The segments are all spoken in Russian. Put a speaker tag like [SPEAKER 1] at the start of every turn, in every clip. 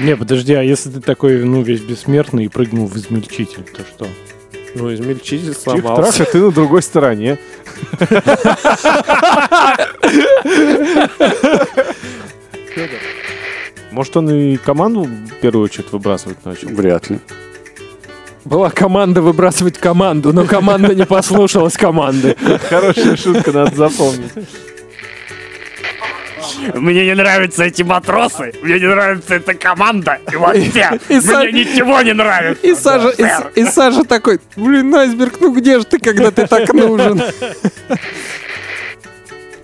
[SPEAKER 1] Не, подожди, а если ты такой, ну, весь бессмертный и прыгнул в измельчитель, то что?
[SPEAKER 2] Ну, измельчитель сломался.
[SPEAKER 3] Тих-трах, а ты на другой стороне. Может, он и команду в первую очередь выбрасывать начал?
[SPEAKER 4] Вряд ли.
[SPEAKER 2] Была команда выбрасывать команду, но команда не послушалась команды.
[SPEAKER 3] Хорошая шутка, надо запомнить.
[SPEAKER 5] Мне не нравятся эти матросы, мне не нравится эта команда, и вообще,
[SPEAKER 2] И Сань-
[SPEAKER 5] мне ничего не нравится.
[SPEAKER 2] И Саша, и, С- и Саша такой, блин, айсберг, ну где же ты, когда ты так нужен?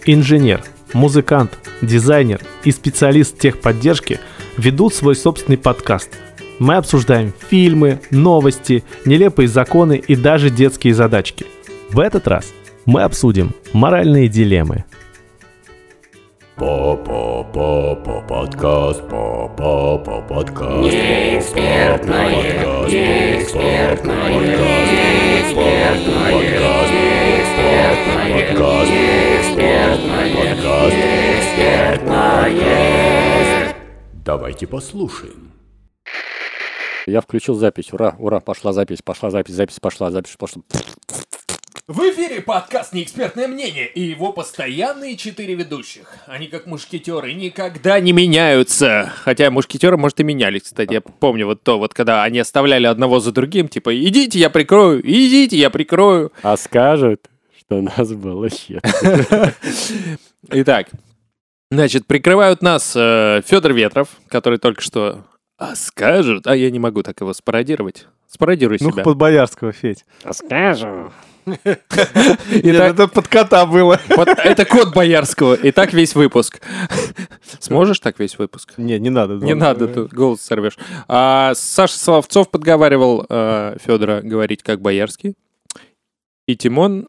[SPEAKER 6] Инженер, музыкант, дизайнер и специалист техподдержки ведут свой собственный подкаст. Мы обсуждаем фильмы, новости, нелепые законы и даже детские задачки. В этот раз мы обсудим моральные дилеммы.
[SPEAKER 7] Подкаст, папа, подкаст. Неэкспертное, неэкспертное, неэкспертное, подкаст, неэкспертное, подкаст, неэкспертное. Давайте послушаем.
[SPEAKER 4] Я включил запись. Ура, ура, пошла запись, пошла запись, запись пошла, запись пошла.
[SPEAKER 8] В эфире подкаст «Неэкспертное мнение» и его постоянные четыре ведущих. Они как мушкетеры никогда не меняются. Хотя мушкетеры, может, и менялись, кстати. Я помню вот то, вот когда они оставляли одного за другим, типа «Идите, я прикрою! Идите, я прикрою!»
[SPEAKER 4] А скажут, что нас было щет.
[SPEAKER 8] Итак, значит, прикрывают нас э, Федор Ветров, который только что «А скажут...» А я не могу так его спародировать. Спародируй
[SPEAKER 3] Ну,
[SPEAKER 8] себя.
[SPEAKER 3] под Боярского, Федь.
[SPEAKER 4] А скажем.
[SPEAKER 3] Нет, это под кота было.
[SPEAKER 8] Вот это код Боярского. И так весь выпуск. Сможешь так весь выпуск?
[SPEAKER 3] Не, не надо.
[SPEAKER 8] Не надо, тут голос сорвешь. А, Саша Соловцов подговаривал э, Федора говорить как боярский. И Тимон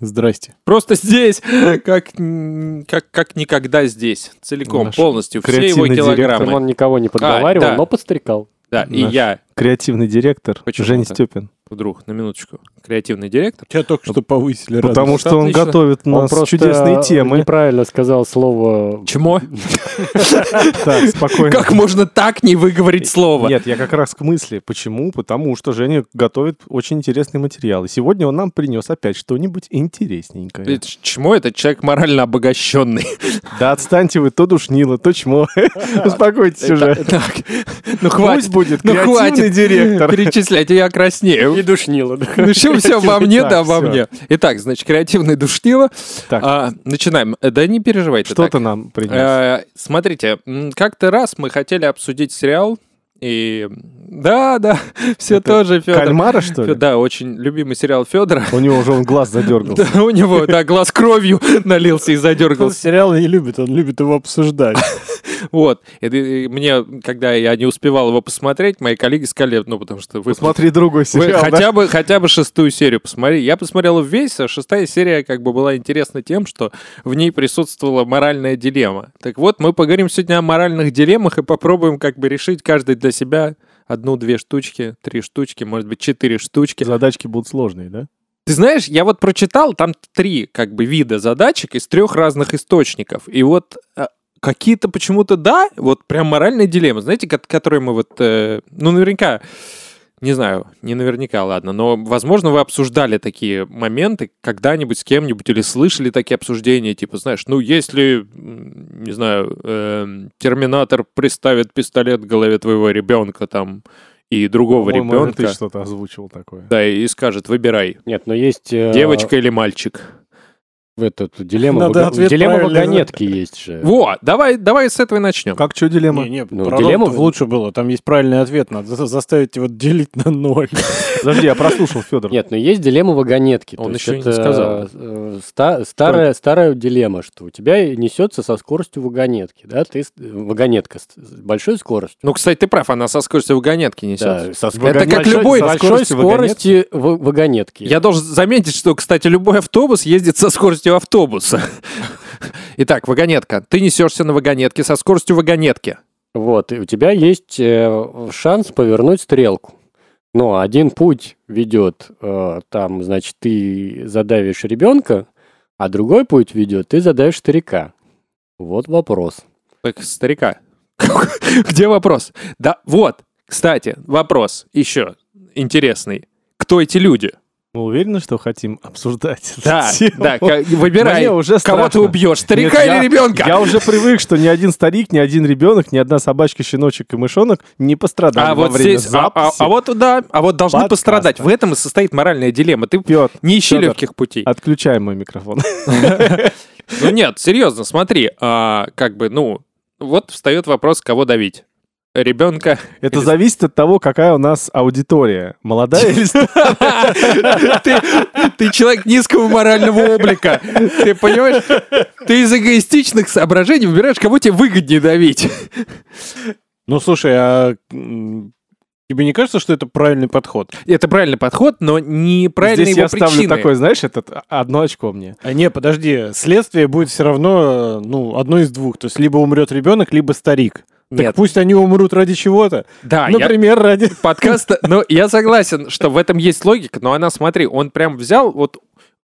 [SPEAKER 1] Здрасте.
[SPEAKER 8] просто здесь, как, м, как, как никогда здесь, целиком,
[SPEAKER 3] Наш
[SPEAKER 8] полностью, все его
[SPEAKER 3] креативный
[SPEAKER 8] килограммы.
[SPEAKER 4] Он никого не подговаривал,
[SPEAKER 8] А, да.
[SPEAKER 4] но подстрекал.
[SPEAKER 8] Да, и
[SPEAKER 3] Наш.
[SPEAKER 8] я
[SPEAKER 3] Креативный директор
[SPEAKER 8] Почему
[SPEAKER 3] Женя
[SPEAKER 8] так?
[SPEAKER 3] Степин.
[SPEAKER 8] вдруг, на минуточку, креативный директор.
[SPEAKER 1] Тебя только что повысили
[SPEAKER 3] Потому
[SPEAKER 8] что
[SPEAKER 3] что он
[SPEAKER 8] отлично.
[SPEAKER 3] готовит
[SPEAKER 4] Он
[SPEAKER 3] нас
[SPEAKER 4] просто
[SPEAKER 3] чудесные темы.
[SPEAKER 4] неправильно сказал слово
[SPEAKER 8] Чмо?
[SPEAKER 3] Так, спокойно.
[SPEAKER 8] Как можно так не выговорить слово?
[SPEAKER 3] Нет, я как раз к мысли. Почему? Потому что Женя готовит очень интересный материал. И сегодня он нам принес опять что-нибудь интересненькое.
[SPEAKER 8] Это ж Чмо это человек морально обогащенный.
[SPEAKER 3] Да отстаньте вы, то душнило, то чмо. Успокойтесь уже.
[SPEAKER 8] Так, ну
[SPEAKER 3] Пусть
[SPEAKER 8] хватит.
[SPEAKER 3] будет
[SPEAKER 8] Ну
[SPEAKER 3] креативный
[SPEAKER 8] хватит
[SPEAKER 3] директор.
[SPEAKER 8] перечислять, я краснею.
[SPEAKER 4] И душнило.
[SPEAKER 8] Ну что, все во мне,
[SPEAKER 3] Так,
[SPEAKER 8] да, во
[SPEAKER 3] всё.
[SPEAKER 8] мне. Итак, значит, креативное душнило.
[SPEAKER 3] Так.
[SPEAKER 8] А, начинаем. Э, Да не переживайте
[SPEAKER 3] Что
[SPEAKER 8] так.
[SPEAKER 3] ты нам принес?
[SPEAKER 8] Э, Смотрите, м, как-то раз мы хотели обсудить сериал, и... Да, да, все
[SPEAKER 3] Это
[SPEAKER 8] тоже, Федор.
[SPEAKER 3] Кальмара, что ли?
[SPEAKER 8] Да, очень любимый сериал Федора.
[SPEAKER 3] У него уже он глаз задергался.
[SPEAKER 8] Да, у него, да, глаз кровью налился и
[SPEAKER 1] Он
[SPEAKER 8] задергался.
[SPEAKER 1] сериал не любит, он любит его обсуждать.
[SPEAKER 8] Вот. И ты- и мне, когда я не успевал его посмотреть, мои коллеги сказали, ну, потому что вы...
[SPEAKER 3] Смотри другой
[SPEAKER 8] Вы
[SPEAKER 3] сериал. да?
[SPEAKER 8] хотя, бы, хотя бы шестую серию посмотри. Я посмотрел весь, а шестая серия как бы была интересна тем, что в ней присутствовала моральная дилемма. Так вот, мы поговорим сегодня о моральных дилеммах и попробуем как бы решить каждый для себя одну-две штучки, три штучки, может быть, четыре штучки.
[SPEAKER 3] Задачки будут сложные, да?
[SPEAKER 8] Ты знаешь, я вот прочитал, там три как бы вида задачек из трех разных источников. И вот э, какие-то почему-то да, вот прям моральные дилеммы, знаете, кот- которые мы вот, э, ну наверняка, не знаю, не наверняка, ладно, но, возможно, вы обсуждали такие моменты когда-нибудь с кем-нибудь или слышали такие обсуждения, типа, знаешь, ну если, м, не знаю, эм, терминатор приставит пистолет к голове твоего ребенка там и другого
[SPEAKER 3] По-моему, это
[SPEAKER 8] ребенка,
[SPEAKER 3] Ты что-то озвучил такое.
[SPEAKER 8] да, и скажет, выбирай.
[SPEAKER 4] Нет, но есть... э,
[SPEAKER 8] Девочка или мальчик?
[SPEAKER 4] в Этот, дилемма
[SPEAKER 1] Надо
[SPEAKER 4] вага-
[SPEAKER 1] ответ
[SPEAKER 4] дилемма
[SPEAKER 1] правильно
[SPEAKER 4] вагонетки есть же.
[SPEAKER 8] Во, давай, давай с этого и начнем.
[SPEAKER 3] Как что дилемма?
[SPEAKER 1] Не, не,
[SPEAKER 4] Ну,
[SPEAKER 1] про
[SPEAKER 4] дилемма
[SPEAKER 1] роботов
[SPEAKER 4] в-
[SPEAKER 1] лучше было. Там есть правильный ответ. Надо за- заставить его делить на ноль.
[SPEAKER 3] Подожди, я прослушал, Федор.
[SPEAKER 4] Нет, но есть дилемма вагонетки. То
[SPEAKER 8] Он
[SPEAKER 4] есть
[SPEAKER 8] еще не
[SPEAKER 4] это,
[SPEAKER 8] сказал, да.
[SPEAKER 4] э, ста- старая, старая дилемма, что у тебя несется со скоростью вагонетки. Да? Ты, с- вагонетка с с большой скоростью.
[SPEAKER 8] Ну, кстати, ты прав, она со скоростью вагонетки несет.
[SPEAKER 4] Да, со ск-
[SPEAKER 8] Это как
[SPEAKER 3] Большой-
[SPEAKER 8] любой...
[SPEAKER 3] со
[SPEAKER 4] большой
[SPEAKER 3] скоростью вагонетки?
[SPEAKER 4] скорости ва- вагонетки.
[SPEAKER 8] Я должен заметить, что, кстати, любой автобус ездит со скоростью автобуса. Итак, вагонетка. Ты несешься на вагонетке со скоростью вагонетки.
[SPEAKER 4] Вот, и у тебя есть э, шанс повернуть стрелку. Но один путь ведет, э, там, значит, ты задавишь ребенка, а другой путь ведет, ты задавишь старика. Вот вопрос.
[SPEAKER 8] Так, старика. Где вопрос? Да, вот, кстати, вопрос еще интересный. Кто эти люди?
[SPEAKER 3] Мы уверены, что хотим обсуждать эту
[SPEAKER 8] Да,
[SPEAKER 3] тему?
[SPEAKER 8] да, ка- выбирай,
[SPEAKER 3] Мне уже
[SPEAKER 8] кого ты
[SPEAKER 3] страшно.
[SPEAKER 8] убьешь,
[SPEAKER 3] Нет,
[SPEAKER 8] старика
[SPEAKER 3] я-
[SPEAKER 8] или ребенка?
[SPEAKER 3] Я уже привык, что ни один старик, ни один ребенок, ни одна собачка, щеночек и мышонок не пострадали
[SPEAKER 8] А
[SPEAKER 3] во
[SPEAKER 8] вот
[SPEAKER 3] время
[SPEAKER 8] здесь, а, а-
[SPEAKER 3] записи.
[SPEAKER 8] а вот да, а вот должны
[SPEAKER 3] подкаста.
[SPEAKER 8] пострадать. В этом и состоит моральная дилемма. Ты
[SPEAKER 3] Пётр,
[SPEAKER 8] не ищи
[SPEAKER 3] Фёдор,
[SPEAKER 8] легких путей.
[SPEAKER 3] Отключаем мой микрофон.
[SPEAKER 8] Ну нет, серьезно, смотри, а, как бы, ну, вот встает вопрос, кого давить. Ребенка.
[SPEAKER 3] Это зависит от того, какая у нас аудитория. Молодая или старая?
[SPEAKER 8] Ты, ты человек низкого морального облика. Ты понимаешь? Ты из эгоистичных соображений выбираешь, кого тебе выгоднее давить.
[SPEAKER 1] Ну, слушай, а м, тебе не кажется, что это правильный подход?
[SPEAKER 8] Это правильный подход, но неправильно
[SPEAKER 3] Здесь
[SPEAKER 8] его
[SPEAKER 3] я ставлю
[SPEAKER 8] причины.
[SPEAKER 3] такой, знаешь, этот а, одно очко мне.
[SPEAKER 1] А не, подожди, следствие будет все равно, э, ну, одно из двух. То есть либо умрет ребенок, либо старик.
[SPEAKER 8] Нет.
[SPEAKER 1] Так пусть они умрут ради чего-то.
[SPEAKER 8] Да, А
[SPEAKER 3] ну,
[SPEAKER 8] я-
[SPEAKER 1] Например, ради...
[SPEAKER 8] подкаста. Ну, я согласен, что в этом есть логика, но она, смотри, он прям взял вот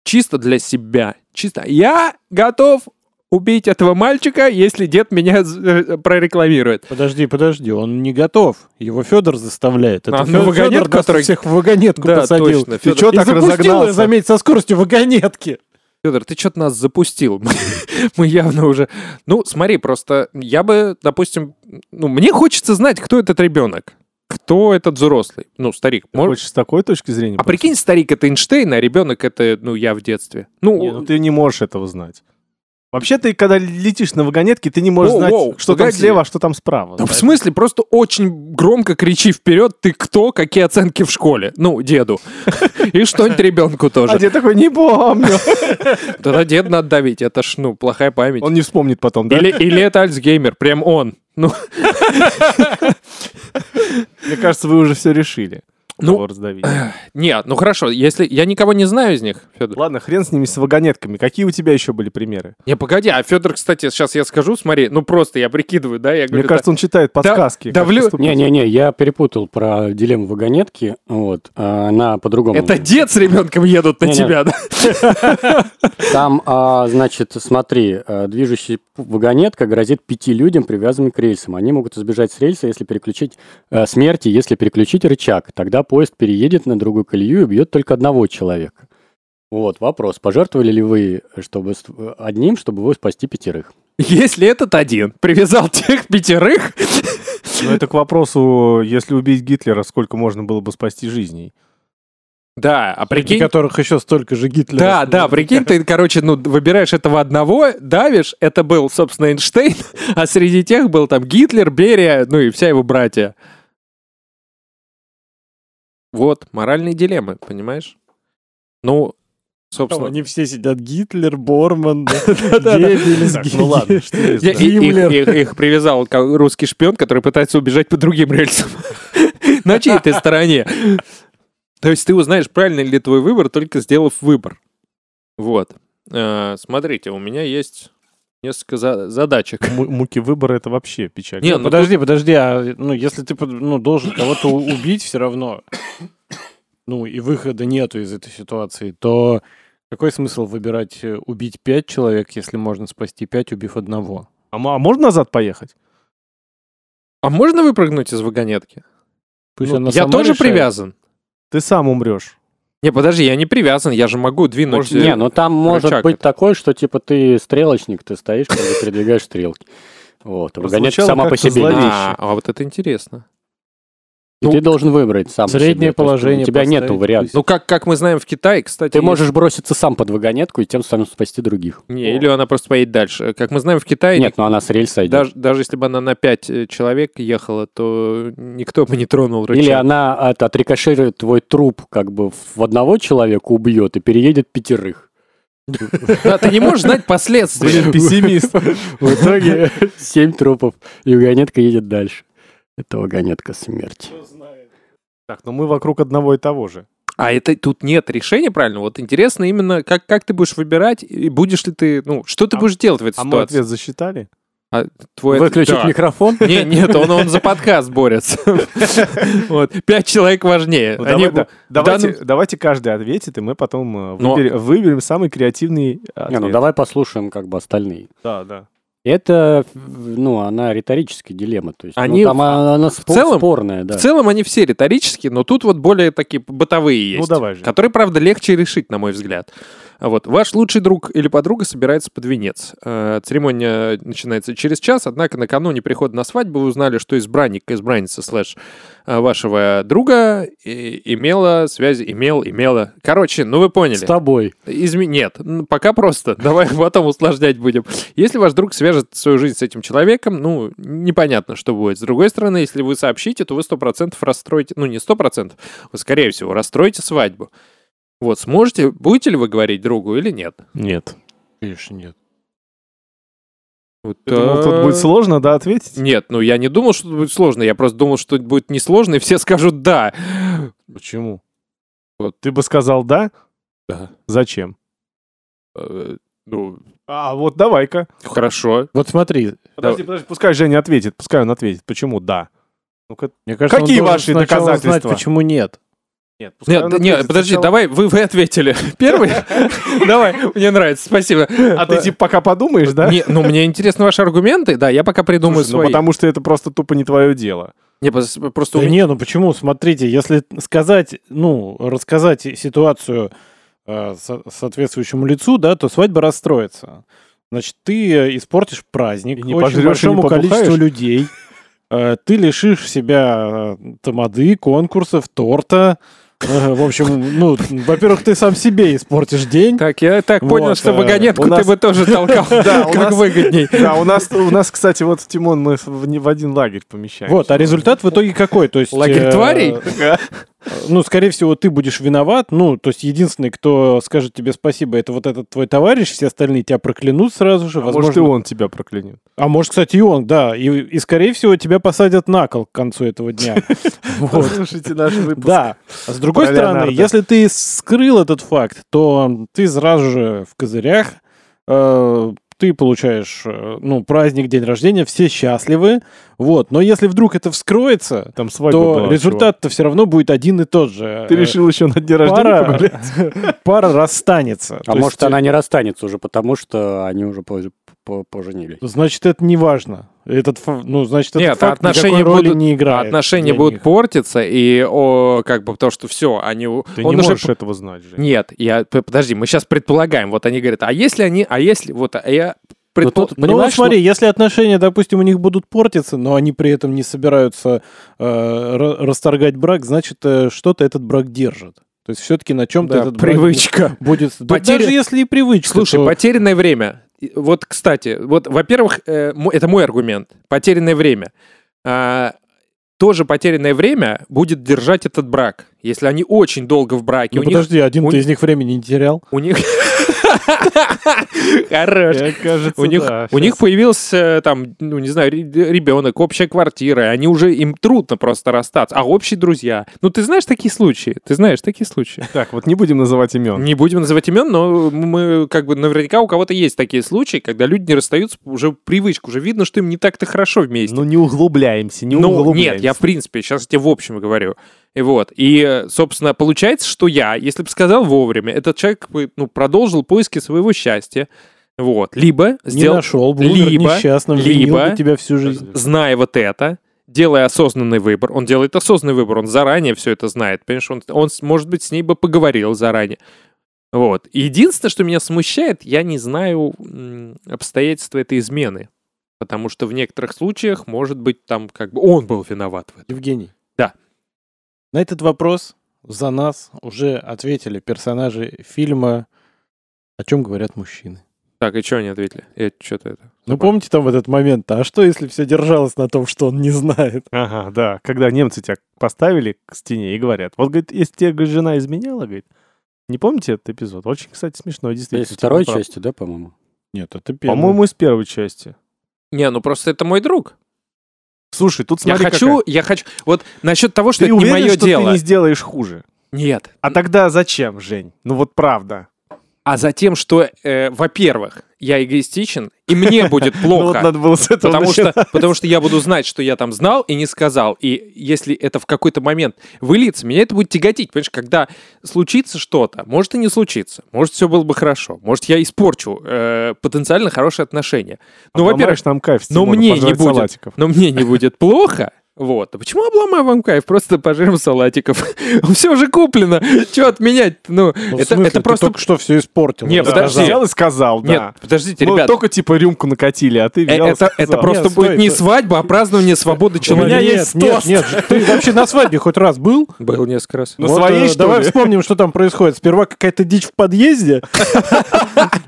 [SPEAKER 8] чисто для себя. Чисто. Я готов убить этого мальчика, если дед меня э, прорекламирует.
[SPEAKER 1] Подожди, подожди, он не готов. Его Федор заставляет. Это
[SPEAKER 8] А, ну,
[SPEAKER 1] Фёдор
[SPEAKER 8] вагонетка,
[SPEAKER 1] нас
[SPEAKER 8] который-
[SPEAKER 1] всех в вагонетку
[SPEAKER 8] Да,
[SPEAKER 1] посадил.
[SPEAKER 8] точно,
[SPEAKER 1] Ты
[SPEAKER 8] Фёдор.
[SPEAKER 1] чё
[SPEAKER 3] И
[SPEAKER 1] так
[SPEAKER 3] запустил,
[SPEAKER 1] разогнался?
[SPEAKER 3] я
[SPEAKER 1] заметь, со скоростью вагонетки.
[SPEAKER 8] Федор, ты что-то нас запустил. Мы явно уже... Ну, смотри, просто я бы, допустим... Ну, мне хочется знать, кто этот ребенок. Кто этот взрослый? Ну, старик. Мож-
[SPEAKER 3] Хочешь с такой точки зрения?
[SPEAKER 8] А прикинь, старик это Эйнштейн, а ребенок это, ну, я в детстве. Ну,
[SPEAKER 3] Не, ну ты не можешь этого знать. Вообще ты, когда летишь на вагонетке, ты не можешь
[SPEAKER 8] Воу,
[SPEAKER 3] знать,
[SPEAKER 8] воу,
[SPEAKER 3] что там
[SPEAKER 8] погоди.
[SPEAKER 3] слева, а что там справа.
[SPEAKER 8] Да Ну, в смысле, просто очень громко кричи вперед, ты кто, какие оценки в школе. Ну, деду. И что-нибудь ребенку
[SPEAKER 3] А
[SPEAKER 8] тоже.
[SPEAKER 3] дед такой, не помню.
[SPEAKER 8] Тогда деду надо давить, это ж, ну, плохая память.
[SPEAKER 3] Он не вспомнит потом, да?
[SPEAKER 8] Или, или это Альцгеймер, прям он. Ну,
[SPEAKER 3] Мне кажется, вы уже все решили.
[SPEAKER 8] Ну,
[SPEAKER 3] кого раздавить.
[SPEAKER 8] нет, ну хорошо, если я никого не знаю из них, Федор.
[SPEAKER 3] Ладно, хрен с ними, с вагонетками. Какие у тебя еще были примеры?
[SPEAKER 8] Не, погоди, а Федор, кстати, сейчас я скажу, смотри, ну просто я прикидываю, да, я говорю,
[SPEAKER 3] Мне кажется, он читает подсказки. как
[SPEAKER 8] давлю-
[SPEAKER 3] поступить.
[SPEAKER 4] Не-не-не, я перепутал про дилемму вагонетки. Вот, а она по-другому.
[SPEAKER 8] да, это дед с ребенком едут на
[SPEAKER 3] Ну,
[SPEAKER 4] Не-не.
[SPEAKER 8] тебя, да?
[SPEAKER 4] Там, а, значит, смотри, а, движущаяся п- вагонетка грозит пяти людям, привязанным к рельсам. Они могут избежать с рельса, если переключить э, смерти, если переключить рычаг. Тогда поезд переедет на другую колею и бьет только одного человека. Вот вопрос. Пожертвовали ли вы чтобы с- одним, чтобы вы спасти пятерых?
[SPEAKER 8] Если этот один привязал тех пятерых,
[SPEAKER 3] Но это к вопросу, если убить Гитлера, сколько можно было бы спасти жизней?
[SPEAKER 8] да, а
[SPEAKER 1] При
[SPEAKER 8] прикинь,
[SPEAKER 1] которых еще столько же Гитлера.
[SPEAKER 8] Да, да, прикинь, ты, короче, ну, выбираешь этого одного, давишь, это был, собственно, Эйнштейн, а среди тех был там Гитлер, Берия, ну и вся его братья. Вот, моральные дилеммы, понимаешь? Ну, собственно...
[SPEAKER 1] Они все сидят, Гитлер, Борман, да, Геббельс,
[SPEAKER 3] Так, ну ладно, что я
[SPEAKER 8] Я-
[SPEAKER 3] знаю.
[SPEAKER 8] и- их, их- их привязал ко- русский шпион, который пытается убежать по другим рельсам. На чьей ты стороне? То есть ты узнаешь, правильный ли твой выбор, только сделав выбор. Вот. Э, Смотрите, у меня есть несколько за- задачек.
[SPEAKER 3] Му- Муки выбора это вообще печаль.
[SPEAKER 8] Не, ну
[SPEAKER 1] подожди, подожди, а ну, если ты под- ну, должен кого-то у- убить все равно, ну и выхода нету из этой ситуации, то какой смысл выбирать э, убить пять человек, если можно спасти пять, убив одного?
[SPEAKER 3] А м- а можно назад поехать?
[SPEAKER 8] А можно выпрыгнуть из вагонетки?
[SPEAKER 1] Пусть
[SPEAKER 8] Ну,
[SPEAKER 1] она
[SPEAKER 8] я
[SPEAKER 1] сама
[SPEAKER 8] тоже
[SPEAKER 1] решает.
[SPEAKER 8] привязан.
[SPEAKER 3] Ты сам умрешь.
[SPEAKER 8] Не, подожди, я не привязан, я же могу двинуть. э,
[SPEAKER 4] Не, ну там может
[SPEAKER 8] рычаг
[SPEAKER 4] быть
[SPEAKER 8] это.
[SPEAKER 4] такое, что типа ты стрелочник, ты стоишь, когда передвигаешь стрелки. Вот, а вагонетка
[SPEAKER 3] Прозвучало
[SPEAKER 4] сама по
[SPEAKER 3] как-то
[SPEAKER 4] себе.
[SPEAKER 3] зловеще.
[SPEAKER 8] а, а вот это интересно.
[SPEAKER 4] И ты должен выбрать сам. по себе.
[SPEAKER 1] Ну, Среднее
[SPEAKER 4] То есть ну,
[SPEAKER 1] положение
[SPEAKER 4] У тебя нету
[SPEAKER 1] поставить,
[SPEAKER 4] вариантов.
[SPEAKER 8] Ну, как, как мы знаем в Китае, кстати...
[SPEAKER 4] Ты
[SPEAKER 8] есть-
[SPEAKER 4] можешь броситься сам под вагонетку и тем самым спасти других.
[SPEAKER 8] Не, или она просто поедет дальше. Как мы знаем в Китае,
[SPEAKER 4] Нет, но она с рельса идет.
[SPEAKER 8] Даже, даже если бы она на пять э, человек ехала, то никто бы не тронул рычаг.
[SPEAKER 4] Или она от, отрикоширует твой труп, как бы в одного человека убьет и переедет пятерых.
[SPEAKER 8] Да, ты не можешь знать последствия.
[SPEAKER 3] Блин, пессимист.
[SPEAKER 4] В итоге семь трупов, и вагонетка едет дальше. Это вагонетка смерти.
[SPEAKER 3] Так, ну мы вокруг одного и того же.
[SPEAKER 8] А это тут нет решения правильно. Вот интересно именно, как, как ты будешь выбирать, и будешь ли ты, ну, что ты
[SPEAKER 3] А-
[SPEAKER 8] будешь делать в этой
[SPEAKER 3] А мой
[SPEAKER 8] ситуации?
[SPEAKER 3] ответ засчитали?
[SPEAKER 8] Твой ответ-
[SPEAKER 4] Выключить
[SPEAKER 8] да.
[SPEAKER 4] микрофон?
[SPEAKER 8] Не, нет, он, он за подкаст борется. Вот. Пять человек важнее.
[SPEAKER 3] Ну,
[SPEAKER 8] Они
[SPEAKER 3] давай-
[SPEAKER 8] бы-
[SPEAKER 3] да- давайте,
[SPEAKER 8] данном-
[SPEAKER 3] давайте каждый ответит, и мы потом э,
[SPEAKER 8] Но-
[SPEAKER 4] ну
[SPEAKER 3] выбер- выберем самый креативный ответ.
[SPEAKER 4] Не, ну давай послушаем как бы остальные.
[SPEAKER 3] Да, да.
[SPEAKER 4] Это, ну, она риторическая дилемма. То есть, ну,
[SPEAKER 8] Они
[SPEAKER 4] там, а, она спо-
[SPEAKER 8] целом-
[SPEAKER 4] спорная, да.
[SPEAKER 8] В целом они все риторические, но тут вот более такие бытовые есть.
[SPEAKER 3] Ну, давай же.
[SPEAKER 8] Которые, правда, легче решить, на мой взгляд. А Вот. Ваш лучший друг или подруга собирается под венец. Э, Церемония начинается через час, однако накануне прихода на свадьбу вы узнали, что избранник, избранница слэш э, вашего друга э, имела связи, имел, имела. Короче, ну вы поняли.
[SPEAKER 4] С тобой.
[SPEAKER 8] Изме- Нет, н- пока просто. Давай потом усложнять будем. Если ваш друг свяжет свою жизнь с этим человеком, ну, непонятно, что будет. С другой стороны, если вы сообщите, то вы 100% расстроите... Ну, не 100%, вы, скорее всего, расстроите свадьбу. Вот, сможете... Будете ли вы говорить другу или нет?
[SPEAKER 3] Нет.
[SPEAKER 1] Конечно, нет.
[SPEAKER 8] Вот,
[SPEAKER 3] Я думал, тут будет
[SPEAKER 8] э,
[SPEAKER 3] сложно, да, ответить?
[SPEAKER 8] Нет, ну, я не думал, что это будет сложно. Я просто думал, что это будет несложно, и все скажут «да».
[SPEAKER 3] Почему? Вот. Ты бы сказал «да»?
[SPEAKER 8] Да.
[SPEAKER 3] Зачем?
[SPEAKER 8] Э, Ну,
[SPEAKER 3] А, вот давай-ка.
[SPEAKER 8] хорошо.
[SPEAKER 1] Вот смотри,
[SPEAKER 3] Подожди, подожди, пускай Женя ответит, пускай он ответит. Почему «да»? Ну-ка,
[SPEAKER 1] мне кажется, он
[SPEAKER 3] Какие
[SPEAKER 1] должен
[SPEAKER 3] ваши
[SPEAKER 1] сначала
[SPEAKER 3] доказательства?
[SPEAKER 1] Знать, почему нет?
[SPEAKER 3] нет, пускай
[SPEAKER 8] Нет,
[SPEAKER 3] он
[SPEAKER 8] да- нет,
[SPEAKER 3] ответит
[SPEAKER 8] подожди,
[SPEAKER 3] сначала.
[SPEAKER 8] давай, вы, вы ответили. Первый? Давай, мне нравится, спасибо.
[SPEAKER 3] А ты типа пока подумаешь, да?
[SPEAKER 8] Не, ну, мне интересны ваши аргументы, да, я пока придумаю
[SPEAKER 3] Слушай, ну
[SPEAKER 8] свои.
[SPEAKER 3] потому что это просто тупо не твое дело.
[SPEAKER 8] Не, пос- просто у
[SPEAKER 1] Да
[SPEAKER 8] меня-
[SPEAKER 1] не, ну почему? Смотрите, если сказать, ну, рассказать ситуацию э, со- соответствующему лицу, да, то свадьба расстроится. Значит, ты э, испортишь праздник
[SPEAKER 3] И не
[SPEAKER 1] очень
[SPEAKER 3] пожрёшь, и не
[SPEAKER 1] большому
[SPEAKER 3] побухаешь.
[SPEAKER 1] количеству людей. Э, Ты лишишь себя э, тамады, конкурсов, торта. Э, В общем, ну, во-первых, ты сам себе испортишь день.
[SPEAKER 8] Так, я так
[SPEAKER 1] Вот,
[SPEAKER 8] понял, что
[SPEAKER 1] э,
[SPEAKER 8] вагонетку
[SPEAKER 3] у
[SPEAKER 8] ты
[SPEAKER 3] нас-
[SPEAKER 8] бы тоже толкал,
[SPEAKER 3] Да, у
[SPEAKER 8] как
[SPEAKER 3] нас-
[SPEAKER 8] выгодней.
[SPEAKER 3] Да, у нас, у нас, кстати, вот Тимон, мы в, не- в один лагерь помещаем.
[SPEAKER 1] Вот, а результат в итоге какой? То есть,
[SPEAKER 8] Лагерь
[SPEAKER 1] э,
[SPEAKER 8] тварей?
[SPEAKER 1] Ну, скорее всего, ты будешь виноват. Ну, то есть, единственный, кто скажет тебе спасибо, это вот этот твой товарищ, все остальные тебя проклянут сразу же.
[SPEAKER 3] А может, и он тебя проклянет.
[SPEAKER 1] А может, кстати, и он, да. И, и, скорее всего, тебя посадят на кол к концу этого дня. Вот.
[SPEAKER 3] Послушайте наш выпуск.
[SPEAKER 1] Да. А с другой
[SPEAKER 3] Про
[SPEAKER 1] стороны,
[SPEAKER 3] Леонардо.
[SPEAKER 1] если ты скрыл этот факт, то ты сразу же в козырях, э, ты получаешь, э, ну, праздник, день рождения, все счастливы, вот. Но если вдруг это вскроется,
[SPEAKER 3] Там свадьба
[SPEAKER 1] то
[SPEAKER 3] была,
[SPEAKER 1] результат-то все равно будет один и тот же.
[SPEAKER 3] чувак. Ты
[SPEAKER 1] Э,
[SPEAKER 3] решил еще на дне рождения
[SPEAKER 1] пара,
[SPEAKER 3] погулять?
[SPEAKER 1] пара расстанется.
[SPEAKER 4] А
[SPEAKER 1] То
[SPEAKER 4] может,
[SPEAKER 1] есть,
[SPEAKER 8] э
[SPEAKER 4] она не расстанется уже, потому что они уже позже- по- поженились.
[SPEAKER 1] э, Значит, это не важно. Этот, фа- ну, значит, этот
[SPEAKER 8] Нет, а
[SPEAKER 1] факт никакой
[SPEAKER 8] отношения
[SPEAKER 1] роли
[SPEAKER 8] будут-
[SPEAKER 1] не играет.
[SPEAKER 8] Отношения
[SPEAKER 1] для
[SPEAKER 8] будут
[SPEAKER 1] них.
[SPEAKER 8] портиться, и о, как бы потому что все, они... у-
[SPEAKER 3] Ты
[SPEAKER 8] он
[SPEAKER 3] не
[SPEAKER 8] уже
[SPEAKER 3] можешь этого знать, Жень.
[SPEAKER 8] Нет, я... п- Подожди, мы сейчас предполагаем. Вот они говорят, а если они... А если... Вот, а я...
[SPEAKER 4] Ну,
[SPEAKER 8] предпо-
[SPEAKER 1] Ну, вот
[SPEAKER 4] тут, понимаешь,
[SPEAKER 1] смотри, если отношения, допустим, у них будут портиться, но они при этом не собираются э, ра- расторгать брак, значит, э, что-то этот брак держит. То есть все-таки на чем-то
[SPEAKER 8] ну, Да,
[SPEAKER 1] этот брак
[SPEAKER 8] привычка.
[SPEAKER 1] будет... Да
[SPEAKER 8] Потеря-
[SPEAKER 1] Даже если и привычка,
[SPEAKER 8] Слушай,
[SPEAKER 1] то-
[SPEAKER 8] потерянное время. И Вот, кстати, вот, во-первых, э, мо- это мой аргумент. Потерянное время. А, Тоже потерянное время будет держать этот брак. Если они очень долго в браке,
[SPEAKER 1] Ну,
[SPEAKER 8] у, них,
[SPEAKER 1] подожди, один
[SPEAKER 8] у
[SPEAKER 1] ты
[SPEAKER 8] них-
[SPEAKER 1] из них времени не терял?
[SPEAKER 8] у них... Хорош.
[SPEAKER 3] Я, кажется,
[SPEAKER 8] У них,
[SPEAKER 3] Ну да,
[SPEAKER 8] у
[SPEAKER 3] щас.
[SPEAKER 8] них появился там, ну не знаю, ре- ребенок, общая квартира, и они уже им трудно просто расстаться. А общие друзья. Ну ты знаешь такие случаи, ты знаешь такие случаи.
[SPEAKER 3] Так, вот не будем называть имен.
[SPEAKER 8] Не будем называть имен, но мы как бы наверняка у кого-то есть такие случаи, когда люди не расстаются, уже привычка, уже видно, что им не так-то хорошо вместе.
[SPEAKER 3] Ну не углубляемся, не
[SPEAKER 8] Ну,
[SPEAKER 3] углубляемся.
[SPEAKER 8] нет, я в принципе, сейчас тебе в общем говорю. И вот, и, э, собственно, получается, что я, если бы сказал вовремя, этот человек бы, ну, продолжил поиски своего счастья, вот, либо
[SPEAKER 1] Не
[SPEAKER 8] сделал,
[SPEAKER 1] нашел, был умер
[SPEAKER 8] либо-
[SPEAKER 1] несчастным, винил
[SPEAKER 8] либо-
[SPEAKER 1] бы тебя всю жизнь.
[SPEAKER 8] зная вот это, делая осознанный выбор, он делает осознанный выбор, он заранее все это знает, понимаешь, он, он, с- может быть, с ней бы поговорил заранее. Вот. Единственное, что меня смущает, я не знаю м, обстоятельства этой измены. Потому что в некоторых случаях, может быть, там как бы он был виноват в этом.
[SPEAKER 1] Евгений.
[SPEAKER 8] Да.
[SPEAKER 1] На этот вопрос за нас уже ответили персонажи фильма «О чем говорят мужчины».
[SPEAKER 8] Так, и что они ответили? Я что-то это...
[SPEAKER 1] Ну, помните там этот момент, а что, если все держалось на том, что он не знает?
[SPEAKER 3] Ага, да. Когда немцы тебя поставили к стене и говорят, вот, говорит, если тебе говорит, жена изменяла, говорит, не помните этот эпизод? Очень, кстати, смешно, действительно. типа,
[SPEAKER 4] Из второй
[SPEAKER 3] Тимон прав.
[SPEAKER 4] части, да, по-моему?
[SPEAKER 1] Нет, это первый.
[SPEAKER 3] По-моему, из первой части.
[SPEAKER 8] Не, ну просто это мой друг.
[SPEAKER 3] Слушай, тут смотри,
[SPEAKER 8] я хочу,
[SPEAKER 3] какая.
[SPEAKER 8] я хочу... Вот насчет того, что
[SPEAKER 3] Ты
[SPEAKER 8] это
[SPEAKER 3] уверен,
[SPEAKER 8] не мое
[SPEAKER 3] что
[SPEAKER 8] дело.
[SPEAKER 3] ты не сделаешь хуже?
[SPEAKER 8] Нет.
[SPEAKER 3] А тогда зачем, Жень? Ну вот правда.
[SPEAKER 8] А за тем, что, э, во-первых, я эгоистичен, и мне будет
[SPEAKER 3] Ну, вот
[SPEAKER 8] плохо.
[SPEAKER 3] надо было с этого
[SPEAKER 8] Потому что,
[SPEAKER 3] начинать.
[SPEAKER 8] потому что я буду знать, что я там знал и не сказал. И если это в какой-то момент выльется, меня это будет тяготить. Понимаешь, когда случится что-то, может и не случится, может все было бы хорошо, может я испорчу э, потенциально хорошие отношения. Ну,
[SPEAKER 3] Обломаешь
[SPEAKER 8] во-первых,
[SPEAKER 3] нам кайф, с
[SPEAKER 8] но
[SPEAKER 3] Тимона,
[SPEAKER 8] мне не
[SPEAKER 3] пожрать
[SPEAKER 8] будет,
[SPEAKER 3] салатиков.
[SPEAKER 8] но мне не будет плохо. Вот. А почему обломаю вам кайф? Просто пожрем салатиков. Все уже куплено. Что отменять? Ну,
[SPEAKER 1] Ну, в
[SPEAKER 8] это,
[SPEAKER 1] смысле,
[SPEAKER 8] это
[SPEAKER 1] ты
[SPEAKER 8] просто...
[SPEAKER 1] только что все испортил.
[SPEAKER 8] Не,
[SPEAKER 1] Да.
[SPEAKER 8] подожди.
[SPEAKER 3] Взял и сказал, да.
[SPEAKER 8] Нет, подождите,
[SPEAKER 1] Ну,
[SPEAKER 3] Мы
[SPEAKER 8] ребят.
[SPEAKER 3] только типа рюмку накатили, а
[SPEAKER 8] э,
[SPEAKER 3] ты взял и
[SPEAKER 8] это, это
[SPEAKER 3] сказал.
[SPEAKER 8] просто
[SPEAKER 1] Нет,
[SPEAKER 8] будет
[SPEAKER 1] стой,
[SPEAKER 8] не
[SPEAKER 1] стой.
[SPEAKER 8] свадьба, а празднование свободы
[SPEAKER 1] У меня
[SPEAKER 8] человека.
[SPEAKER 1] есть нет, нет, ты вообще на свадьбе хоть раз был?
[SPEAKER 8] Был несколько раз.
[SPEAKER 3] На
[SPEAKER 1] Вот,
[SPEAKER 3] своей,
[SPEAKER 1] э,
[SPEAKER 3] что
[SPEAKER 1] Давай
[SPEAKER 3] ли?
[SPEAKER 1] вспомним, что там происходит. Сперва какая-то дичь в подъезде,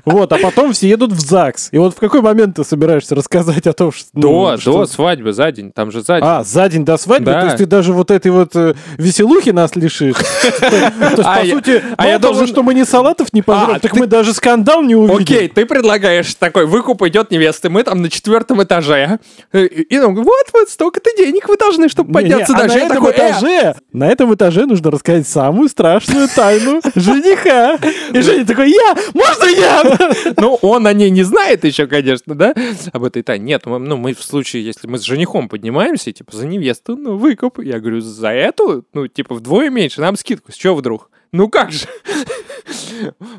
[SPEAKER 1] вот, а потом все едут в ЗАГС. И вот в какой момент ты собираешься рассказать о том, что...
[SPEAKER 8] До,
[SPEAKER 1] ну, что-
[SPEAKER 8] до свадьбы, за день, там же за день.
[SPEAKER 1] А, за день до свадьбы?
[SPEAKER 8] Да.
[SPEAKER 1] То есть ты даже вот этой вот э, веселухи нас лишишь? То есть,
[SPEAKER 8] А
[SPEAKER 1] по
[SPEAKER 8] я-
[SPEAKER 1] сути,
[SPEAKER 8] а я
[SPEAKER 1] мало того,
[SPEAKER 8] должен- А,
[SPEAKER 1] что мы ни салатов не пожрем, так мы даже скандал не увидим.
[SPEAKER 8] Окей, ты предлагаешь такой выкуп идет невесты, мы там на четвертом этаже, э, и нам говорят, вот, вот, столько-то денег вы должны, чтобы
[SPEAKER 1] Не, не,
[SPEAKER 8] подняться
[SPEAKER 1] а
[SPEAKER 8] дальше.
[SPEAKER 1] на
[SPEAKER 8] Я
[SPEAKER 1] этом
[SPEAKER 8] такой, «Э,
[SPEAKER 1] этаже, на этом этаже нужно рассказать самую страшную тайну жениха. И Женя такой, я, можно я?
[SPEAKER 8] Ну, он о ней не знает еще, конечно, да, об этой тайне. Нет, мы, ну, мы в случае, если мы с женихом поднимаемся, типа, за невесту, ну, выкуп. Я говорю, за эту, ну, типа, вдвое меньше, нам скидку. С чего вдруг? Ну, как же?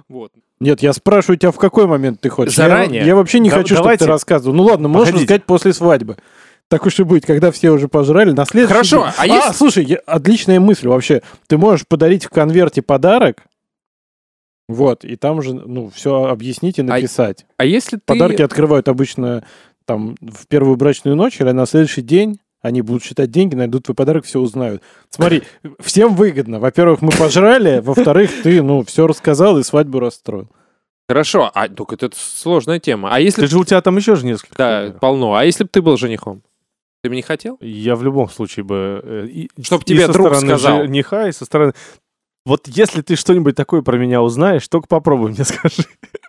[SPEAKER 8] Вот.
[SPEAKER 1] Нет, я спрашиваю тебя, в какой момент ты хочешь. Я-
[SPEAKER 8] Заранее.
[SPEAKER 1] Я, вообще не
[SPEAKER 3] Да-
[SPEAKER 1] хочу, чтобы
[SPEAKER 3] давайте.
[SPEAKER 1] ты рассказывал. Ну ладно, можешь
[SPEAKER 3] Погодите.
[SPEAKER 1] рассказать после свадьбы. Так уж и будет, когда все уже пожрали, на следующий
[SPEAKER 8] Хорошо,
[SPEAKER 1] день-
[SPEAKER 8] а если-
[SPEAKER 1] слушай, я- отличная мысль вообще. Ты можешь подарить в конверте подарок, вот, и там же, ну, все объяснить и написать.
[SPEAKER 8] А если ты...
[SPEAKER 1] Подарки открывают обычно там в первую брачную ночь или на следующий день. Они будут считать деньги, найдут твой подарок, все узнают. Смотри, всем выгодно. Во-первых, мы пожрали, во-вторых, ты, ну, все рассказал и свадьбу расстроил.
[SPEAKER 8] Хорошо, а только это сложная тема. А если...
[SPEAKER 3] Ты же у тебя там еще же несколько.
[SPEAKER 8] Да,
[SPEAKER 3] примеров.
[SPEAKER 8] полно. А если бы ты был женихом? Ты бы не хотел?
[SPEAKER 3] Я в любом случае бы... э, и-
[SPEAKER 8] Чтоб
[SPEAKER 3] и
[SPEAKER 8] тебе
[SPEAKER 3] со
[SPEAKER 8] друг
[SPEAKER 3] стороны
[SPEAKER 8] сказал.
[SPEAKER 3] жениха, и со стороны... Вот если ты что-нибудь такое про меня узнаешь, только попробуй мне скажи.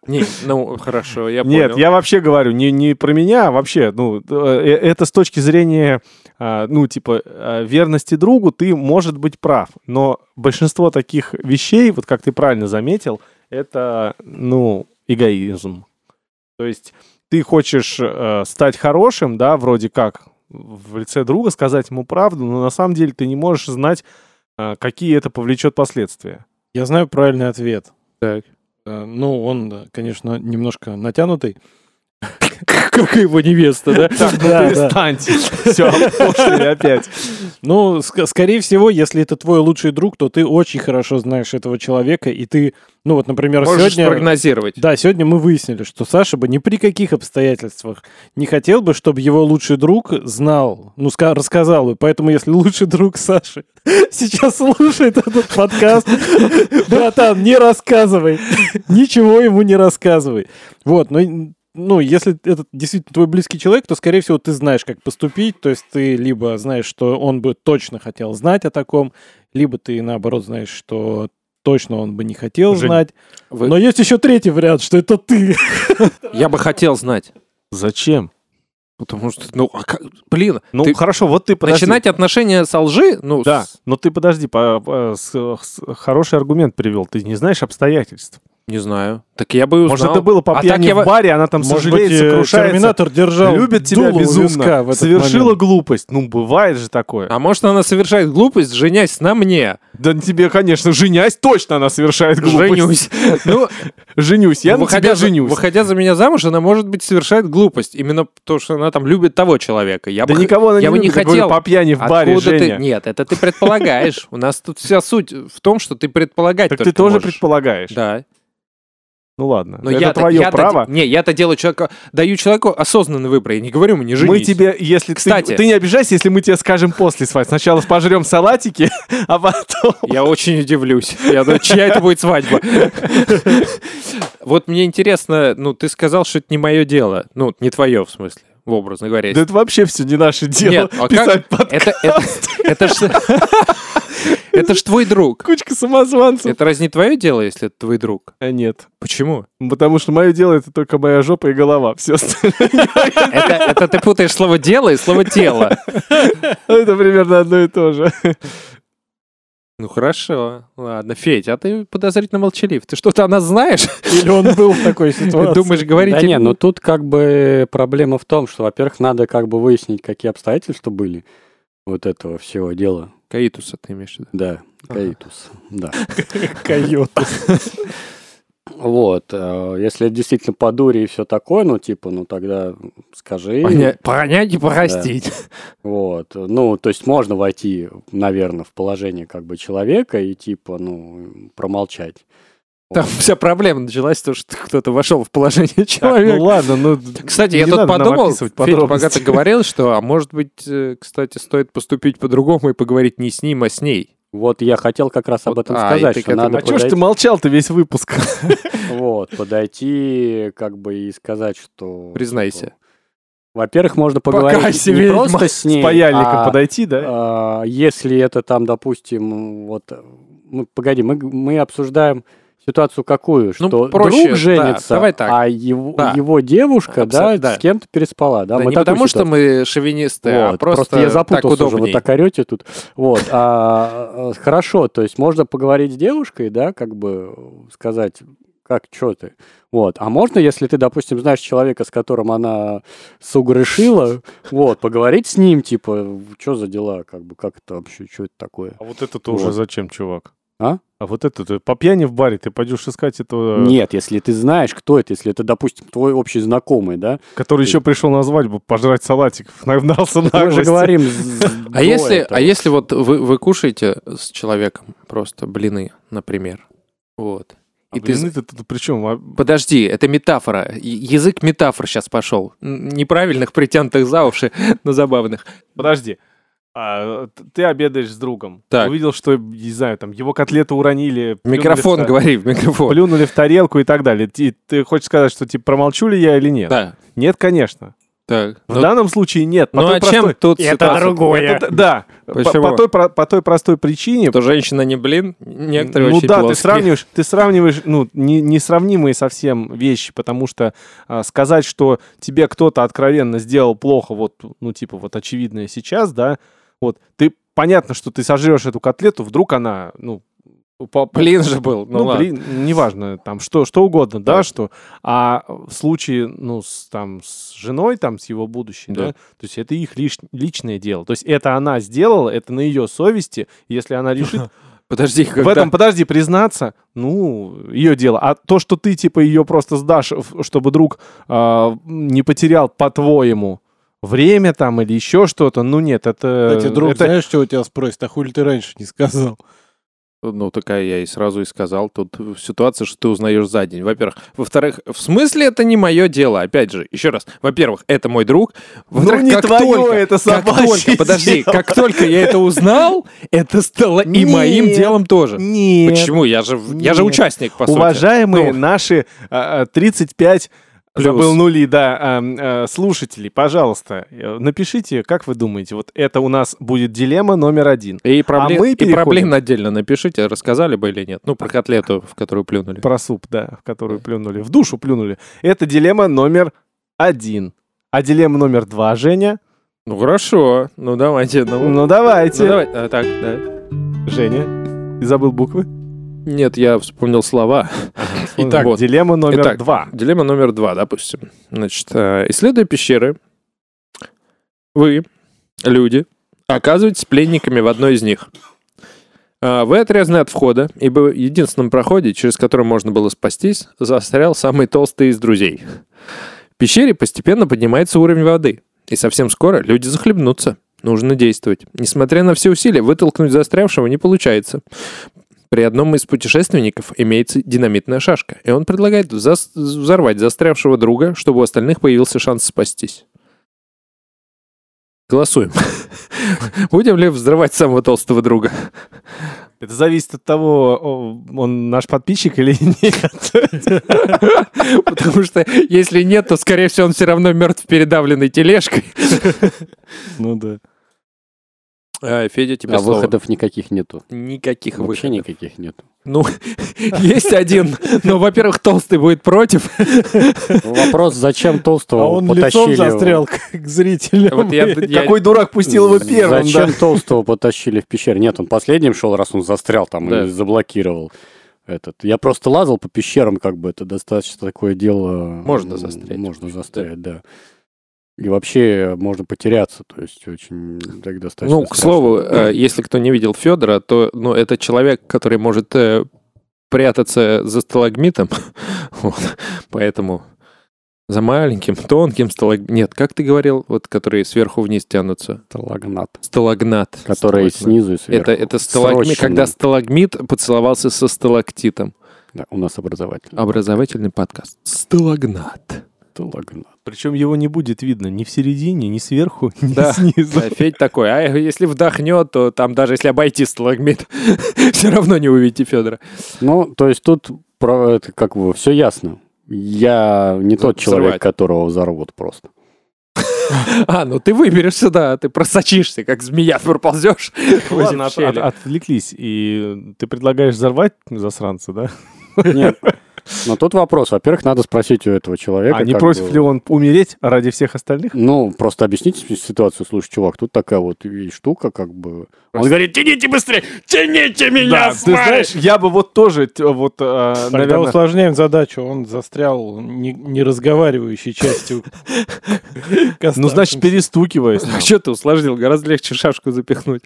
[SPEAKER 8] Не, ну, хорошо, я понял.
[SPEAKER 3] Нет, я вообще говорю, не, не про меня, а вообще, ну, э, это с точки зрения, а, ну, типа, э, верности другу ты, может быть, прав. Но большинство таких вещей, вот как ты правильно заметил, это, ну, эгоизм. То есть ты хочешь э, стать хорошим, да, вроде как, в лице друга сказать ему правду, но на самом деле ты не можешь знать, э, какие это повлечет последствия.
[SPEAKER 1] Я знаю правильный ответ.
[SPEAKER 8] Так.
[SPEAKER 1] Э, Ну, он, э, конечно, немножко натянутый.
[SPEAKER 8] Как его невеста, да?
[SPEAKER 3] Так, ну
[SPEAKER 1] Да, да.
[SPEAKER 3] перестаньте. Все, опять.
[SPEAKER 1] Ну, ск- скорее всего, если это твой лучший друг, то ты очень хорошо знаешь этого человека, и ты, ну вот, например,
[SPEAKER 8] Можешь
[SPEAKER 1] сегодня...
[SPEAKER 8] прогнозировать.
[SPEAKER 1] Да, сегодня мы выяснили, что Саша бы ни при каких обстоятельствах не хотел бы, чтобы его лучший друг знал, ну, ска- рассказал бы. Поэтому, если лучший друг Саши сейчас слушает этот подкаст, братан, не рассказывай. Ничего ему не рассказывай. Вот, ну, ну, если это действительно твой близкий человек, то, скорее всего, ты знаешь, как поступить. То есть ты либо знаешь, что он бы точно хотел знать о таком, либо ты, наоборот, знаешь, что точно он бы не хотел
[SPEAKER 3] Жень,
[SPEAKER 1] знать.
[SPEAKER 8] вы-
[SPEAKER 1] Но есть еще третий вариант, что это ты.
[SPEAKER 8] Я бы хотел знать.
[SPEAKER 3] Зачем?
[SPEAKER 8] Потому что, ну, а как- блин,
[SPEAKER 3] Ну
[SPEAKER 8] ты-
[SPEAKER 3] хорошо, вот ты подожди.
[SPEAKER 8] начинать отношения со лжи, ну,
[SPEAKER 3] Да,
[SPEAKER 8] с-
[SPEAKER 3] но ты подожди, по- по- с- с- хороший аргумент привел. Ты не знаешь обстоятельств.
[SPEAKER 8] не знаю. Так я бы и узнал.
[SPEAKER 3] Может, это было по
[SPEAKER 8] А
[SPEAKER 3] пьяни
[SPEAKER 8] так я
[SPEAKER 3] в
[SPEAKER 8] во-
[SPEAKER 3] баре, она там
[SPEAKER 1] Может
[SPEAKER 3] сожалеет,
[SPEAKER 1] быть, э,
[SPEAKER 3] сокрушается,
[SPEAKER 1] Терминатор держал
[SPEAKER 3] любит тебя
[SPEAKER 1] дуло у виска в
[SPEAKER 3] безумно,
[SPEAKER 1] этот
[SPEAKER 3] совершила
[SPEAKER 1] момент.
[SPEAKER 3] глупость. Ну, бывает же такое.
[SPEAKER 8] А может, она совершает глупость, женясь на мне.
[SPEAKER 3] Да тебе, конечно, женясь, точно она совершает глупость.
[SPEAKER 8] Женюсь. Ну,
[SPEAKER 3] Женюсь, я на тебя
[SPEAKER 8] выходя, за,
[SPEAKER 3] женюсь.
[SPEAKER 8] выходя за меня замуж, она, может быть, совершает глупость. Именно потому, что она там любит того человека. Я
[SPEAKER 3] Да
[SPEAKER 8] бы х-
[SPEAKER 3] никого она
[SPEAKER 8] я
[SPEAKER 3] не
[SPEAKER 8] бы не
[SPEAKER 3] любит, я говорю,
[SPEAKER 8] хотел.
[SPEAKER 3] по пьяни в баре,
[SPEAKER 8] Откуда ты?
[SPEAKER 3] Женя.
[SPEAKER 8] Нет, это ты предполагаешь. У нас тут вся суть в том, что ты предполагать
[SPEAKER 3] Так ты
[SPEAKER 8] только
[SPEAKER 3] тоже
[SPEAKER 8] можешь.
[SPEAKER 3] предполагаешь.
[SPEAKER 8] Да.
[SPEAKER 3] Ну ладно,
[SPEAKER 8] Но
[SPEAKER 3] это
[SPEAKER 8] я-то-
[SPEAKER 3] твое
[SPEAKER 8] я-то-
[SPEAKER 3] право.
[SPEAKER 8] Не, я-то делаю человека, даю человеку осознанный выбор. Я не говорю ему не женись.
[SPEAKER 3] Мы тебе, если ты-
[SPEAKER 8] Кстати.
[SPEAKER 3] ты, не обижайся, если мы тебе скажем после свадьбы. Сначала пожрем салатики, а потом.
[SPEAKER 8] Я очень удивлюсь. Я думаю, чья это будет свадьба? Вот мне интересно, ну, ты сказал, что это не мое дело. Ну, не твое, в смысле, в образно говоря.
[SPEAKER 3] Да это вообще все не наше дело.
[SPEAKER 8] Нет, а
[SPEAKER 3] Писать
[SPEAKER 8] как? Это, это, это ж... Это ж твой друг.
[SPEAKER 3] кучка самозванцев.
[SPEAKER 8] Это разве не твое дело, если это твой друг?
[SPEAKER 3] А нет.
[SPEAKER 8] Почему?
[SPEAKER 3] Потому что мое дело это только моя жопа и голова. Все остальное
[SPEAKER 8] Это, это ты путаешь слово «дело» и слово «тело».
[SPEAKER 3] это примерно одно и то же.
[SPEAKER 8] Ну хорошо, ладно. Федь, а ты подозрительно молчалив. Ты что-то о нас знаешь?
[SPEAKER 1] Или он был в такой ситуации?
[SPEAKER 8] Думаешь, говорить...
[SPEAKER 4] Да
[SPEAKER 8] или
[SPEAKER 4] не, ну тут как бы проблема в том, что, во-первых, надо как бы выяснить, какие обстоятельства были вот этого всего дела.
[SPEAKER 8] Каитуса ты имеешь в виду?
[SPEAKER 4] Да, Каитус, да.
[SPEAKER 1] Койот.
[SPEAKER 4] Вот, э, если это действительно по дуре и все такое, ну, типа, ну, тогда скажи.
[SPEAKER 8] А Понять и
[SPEAKER 4] простить. Вот, ну, то есть можно войти, наверное, в положение как бы человека и, типа, ну, промолчать.
[SPEAKER 8] Там вся проблема началась, то, что кто-то вошел в положение
[SPEAKER 3] Так,
[SPEAKER 8] человека.
[SPEAKER 3] ну ладно, ну...
[SPEAKER 8] Кстати,
[SPEAKER 3] не
[SPEAKER 8] я тут
[SPEAKER 3] надо нам
[SPEAKER 8] подумал,
[SPEAKER 3] описывать
[SPEAKER 8] Федь, пока
[SPEAKER 3] подробности.
[SPEAKER 8] ты говорил, что, а может быть, э, кстати, стоит поступить по-другому и поговорить не с ним, а с ней.
[SPEAKER 4] Вот я хотел как раз об
[SPEAKER 8] Вот,
[SPEAKER 4] этом
[SPEAKER 8] а, и
[SPEAKER 4] сказать,
[SPEAKER 8] ты к
[SPEAKER 4] что
[SPEAKER 8] этому-
[SPEAKER 4] надо
[SPEAKER 3] А чё ж
[SPEAKER 4] подойти-
[SPEAKER 3] ты молчал-то весь выпуск?
[SPEAKER 4] Вот, подойти как бы и сказать, что... типа,
[SPEAKER 8] Признайся.
[SPEAKER 4] Во-первых, можно поговорить
[SPEAKER 8] Покайся,
[SPEAKER 4] не
[SPEAKER 8] ведьма,
[SPEAKER 4] просто с ней,
[SPEAKER 3] С паяльником
[SPEAKER 4] а,
[SPEAKER 3] подойти, да?
[SPEAKER 4] а, если это там, допустим, вот... ну, погоди, мы, г- мы обсуждаем ситуацию какую? Что
[SPEAKER 8] Ну, проще, да,
[SPEAKER 4] друг женится,
[SPEAKER 8] давай так.
[SPEAKER 4] а его,
[SPEAKER 8] Да.
[SPEAKER 4] его девушка, да,
[SPEAKER 8] Абсо- да.
[SPEAKER 4] с кем-то переспала. Да,
[SPEAKER 8] Да
[SPEAKER 4] мы
[SPEAKER 8] не
[SPEAKER 4] такую
[SPEAKER 8] потому, что
[SPEAKER 4] ситуацию-
[SPEAKER 8] мы шовинисты, а
[SPEAKER 4] Вот,
[SPEAKER 8] просто,
[SPEAKER 4] я запутался
[SPEAKER 8] так
[SPEAKER 4] уже, вы
[SPEAKER 8] удобней.
[SPEAKER 4] так орете тут. Вот, а, э, хорошо, то есть можно поговорить с девушкой, да, как бы сказать, как, что ты. Вот, а можно, если ты, допустим, знаешь человека, с которым она сугрешила, вот, поговорить с ним, типа, что за дела, как бы, как это вообще, что это такое?
[SPEAKER 3] А вот это
[SPEAKER 4] тоже
[SPEAKER 3] тоже
[SPEAKER 4] вот.
[SPEAKER 3] зачем, чувак?
[SPEAKER 4] А?
[SPEAKER 3] А вот это ты по пьяни в баре, ты пойдешь искать
[SPEAKER 8] Э.
[SPEAKER 3] этого,
[SPEAKER 4] Нет, если ты знаешь, кто это, если это, допустим, твой общий знакомый, да?
[SPEAKER 3] который еще пришел на свадьбу пожрать салатиков, нагнался на
[SPEAKER 4] Мы же говорим... с-
[SPEAKER 8] А
[SPEAKER 4] до
[SPEAKER 8] если,
[SPEAKER 4] этого.
[SPEAKER 8] а если вот вы, вы кушаете с человеком просто блины, например, вот, и ты...
[SPEAKER 3] ты тут А, при чем? А,
[SPEAKER 8] Подожди, это метафора. И- Язык метафор сейчас пошел. Н- Неправильных, притянутых за уши, но забавных.
[SPEAKER 3] Подожди. А, т- ты обедаешь с другом.
[SPEAKER 8] Так.
[SPEAKER 3] Увидел, что, не знаю, там его котлеты уронили.
[SPEAKER 8] В
[SPEAKER 3] плюнули
[SPEAKER 8] Микрофон
[SPEAKER 3] в та-
[SPEAKER 8] говори, в микрофон.
[SPEAKER 3] Плюнули в тарелку и так далее. Ти- Ты, хочешь сказать, что типа промолчу ли я или нет?
[SPEAKER 8] Да,
[SPEAKER 3] Нет, конечно.
[SPEAKER 8] так.
[SPEAKER 3] в
[SPEAKER 8] Ну,
[SPEAKER 3] данном случае нет. По
[SPEAKER 8] ну
[SPEAKER 3] той
[SPEAKER 8] а чем
[SPEAKER 3] простой-
[SPEAKER 8] тут
[SPEAKER 5] Это
[SPEAKER 8] ситуация?
[SPEAKER 5] другое.
[SPEAKER 3] Это- да. По,
[SPEAKER 8] Почему?
[SPEAKER 3] по той, про- по той простой причине.
[SPEAKER 8] Что женщина не блин, некоторые
[SPEAKER 3] ну
[SPEAKER 8] очень
[SPEAKER 3] да,
[SPEAKER 8] плоские.
[SPEAKER 3] ты сравниваешь, ты сравниваешь, ну не- несравнимые совсем вещи, потому что а, сказать, что тебе кто-то откровенно сделал плохо, вот ну типа вот очевидное сейчас, да, вот ты понятно, что ты сожрешь эту котлету, вдруг она, ну по- по-
[SPEAKER 8] Блин же был, ну,
[SPEAKER 3] ну,
[SPEAKER 8] ладно.
[SPEAKER 3] блин, неважно, там что, что угодно, да, что. А в случае, ну, с, там, с женой, там, с его будущей, да,
[SPEAKER 8] Да.
[SPEAKER 3] то есть это их лиш- личное дело. То есть это она сделала, это на ее совести. Если она решит
[SPEAKER 8] Подожди,
[SPEAKER 3] в
[SPEAKER 8] когда-
[SPEAKER 3] этом, подожди, признаться, ну, ее дело. А то, что ты, типа, ее просто сдашь, в- чтобы друг а, не потерял, по-твоему, время там или еще что-то, ну, нет, это...
[SPEAKER 1] Кстати, друг,
[SPEAKER 3] это-
[SPEAKER 1] знаешь, что у тебя спросит? А хули ты раньше не сказал?
[SPEAKER 8] Ну, такая я и сразу и сказал. Тут ситуация, что ты узнаешь за день. Во-первых. Во-вторых, в смысле это не мое дело. Опять же, еще раз. Во-первых, это мой друг. Во-вторых,
[SPEAKER 3] Ну, не
[SPEAKER 8] как
[SPEAKER 3] твое
[SPEAKER 8] только,
[SPEAKER 3] это
[SPEAKER 8] как
[SPEAKER 3] собачье
[SPEAKER 8] только, подожди,
[SPEAKER 3] дело.
[SPEAKER 8] как только я это узнал, это стало и моим
[SPEAKER 3] Нет.
[SPEAKER 8] делом тоже.
[SPEAKER 3] Нет.
[SPEAKER 8] Почему? Я же, я же
[SPEAKER 3] Нет.
[SPEAKER 8] участник, по сути.
[SPEAKER 3] Уважаемые
[SPEAKER 8] Ну.
[SPEAKER 3] наши а, а, 35
[SPEAKER 8] Плюс.
[SPEAKER 3] забыл нули, да, а, а, слушатели, пожалуйста, э, напишите, как вы думаете, вот это у нас будет дилемма номер один.
[SPEAKER 8] И про,
[SPEAKER 3] А
[SPEAKER 8] блин,
[SPEAKER 3] мы
[SPEAKER 8] и
[SPEAKER 3] переходим.
[SPEAKER 8] про блин отдельно напишите, рассказали бы или нет. Ну, про котлету, в которую плюнули.
[SPEAKER 3] Про суп, да, в которую плюнули, в душу плюнули. Это дилемма номер один. А дилемма номер два, Женя?
[SPEAKER 8] Ну, хорошо. Ну, давайте. Ну,
[SPEAKER 3] Ну
[SPEAKER 8] ну,
[SPEAKER 3] давайте,
[SPEAKER 8] давай. А, так, да.
[SPEAKER 3] Женя. Ты забыл буквы?
[SPEAKER 8] Нет, я вспомнил слова.
[SPEAKER 3] Итак,
[SPEAKER 8] вот.
[SPEAKER 3] дилемма номер
[SPEAKER 8] Итак.
[SPEAKER 3] два.
[SPEAKER 8] Дилемма номер два, допустим. Значит, э, исследуя пещеры, вы, люди, оказываетесь пленниками в одной из них. Э, Вы отрезаны от входа, ибо в единственном проходе, через который можно было спастись, застрял самый толстый из друзей. В пещере постепенно поднимается уровень воды, и совсем скоро люди захлебнутся. Нужно действовать. Несмотря на все усилия, вытолкнуть застрявшего не получается. При одном из путешественников имеется динамитная шашка, и он предлагает зас- взорвать застрявшего друга, чтобы у остальных появился шанс спастись. Голосуем. Будем ли взрывать самого толстого друга?
[SPEAKER 3] Это зависит от того, о, он наш подписчик или нет.
[SPEAKER 8] Потому что если нет, то, скорее всего,
[SPEAKER 3] Ну
[SPEAKER 8] он все равно мертв передавленной тележкой.
[SPEAKER 1] Ну да.
[SPEAKER 8] А, Федя, тебе
[SPEAKER 4] А
[SPEAKER 8] слово.
[SPEAKER 4] выходов никаких нету.
[SPEAKER 8] Никаких
[SPEAKER 4] Вообще
[SPEAKER 8] выходов.
[SPEAKER 4] никаких нету.
[SPEAKER 8] Ну, есть один, но, во-первых, толстый будет против.
[SPEAKER 4] Вопрос, зачем Толстого
[SPEAKER 1] А он
[SPEAKER 4] потащили...
[SPEAKER 1] лицом застрял к, к зрителям.
[SPEAKER 8] Вот я- я-
[SPEAKER 3] Какой дурак пустил его первым, да?
[SPEAKER 4] Зачем Толстого потащили в пещеру? Нет, он последним шел, раз он застрял там
[SPEAKER 8] Да.
[SPEAKER 4] и заблокировал этот. Я просто лазал по пещерам, как бы это достаточно такое дело.
[SPEAKER 8] Можно
[SPEAKER 4] м,
[SPEAKER 8] застрять.
[SPEAKER 4] Можно застрять, да. И вообще можно потеряться, то есть очень так достаточно.
[SPEAKER 8] Ну, к
[SPEAKER 4] страшно.
[SPEAKER 8] слову, э, если кто не видел Федора, то ну, это человек, который может э, прятаться за сталагмитом. Вот. Поэтому за маленьким, тонким сталагмитом. Нет, как ты говорил, вот которые сверху вниз тянутся.
[SPEAKER 4] Талагнат,
[SPEAKER 8] Сталагнат.
[SPEAKER 4] который
[SPEAKER 8] Сталагнат.
[SPEAKER 4] снизу и сверху.
[SPEAKER 8] Это, это сталагмит,
[SPEAKER 4] Срочный.
[SPEAKER 8] когда сталагмит поцеловался со сталактитом.
[SPEAKER 4] Да, у нас образователь.
[SPEAKER 8] Образовательный подкаст. Сталагнат.
[SPEAKER 4] Талагнат.
[SPEAKER 3] Причем его не будет видно ни в середине, ни сверху, ни
[SPEAKER 8] Да.
[SPEAKER 3] снизу.
[SPEAKER 8] Да, Федь такой, а если вдохнет, то там даже если обойти сталагмит, все равно не увидите Федора.
[SPEAKER 4] Ну, то есть тут про это как бы все ясно. Я не тот
[SPEAKER 8] Взорвать.
[SPEAKER 4] человек, которого взорвут просто.
[SPEAKER 8] А, ну ты выберешься, да, ты просочишься, как змея проползешь.
[SPEAKER 3] Ладно, от- от- отвлеклись. И ты предлагаешь взорвать засранца, да?
[SPEAKER 4] Нет. Но тут вопрос. Во-первых, надо спросить у этого человека.
[SPEAKER 3] А не
[SPEAKER 4] как
[SPEAKER 3] против
[SPEAKER 4] бы-
[SPEAKER 3] ли он умереть ради всех остальных?
[SPEAKER 4] Ну, просто объясните мне ситуацию. Слушай, чувак, тут такая вот и штука, как бы... Он говорит, тяните быстрее! Тяните меня!
[SPEAKER 3] Да, ты знаешь, я бы вот тоже, т- вот, а,
[SPEAKER 1] Тогда
[SPEAKER 3] наверное...
[SPEAKER 1] усложняем задачу. Он застрял не- неразговаривающей частью.
[SPEAKER 3] Ну, значит, перестукиваясь.
[SPEAKER 8] А что ты усложнил? Гораздо легче шашку запихнуть.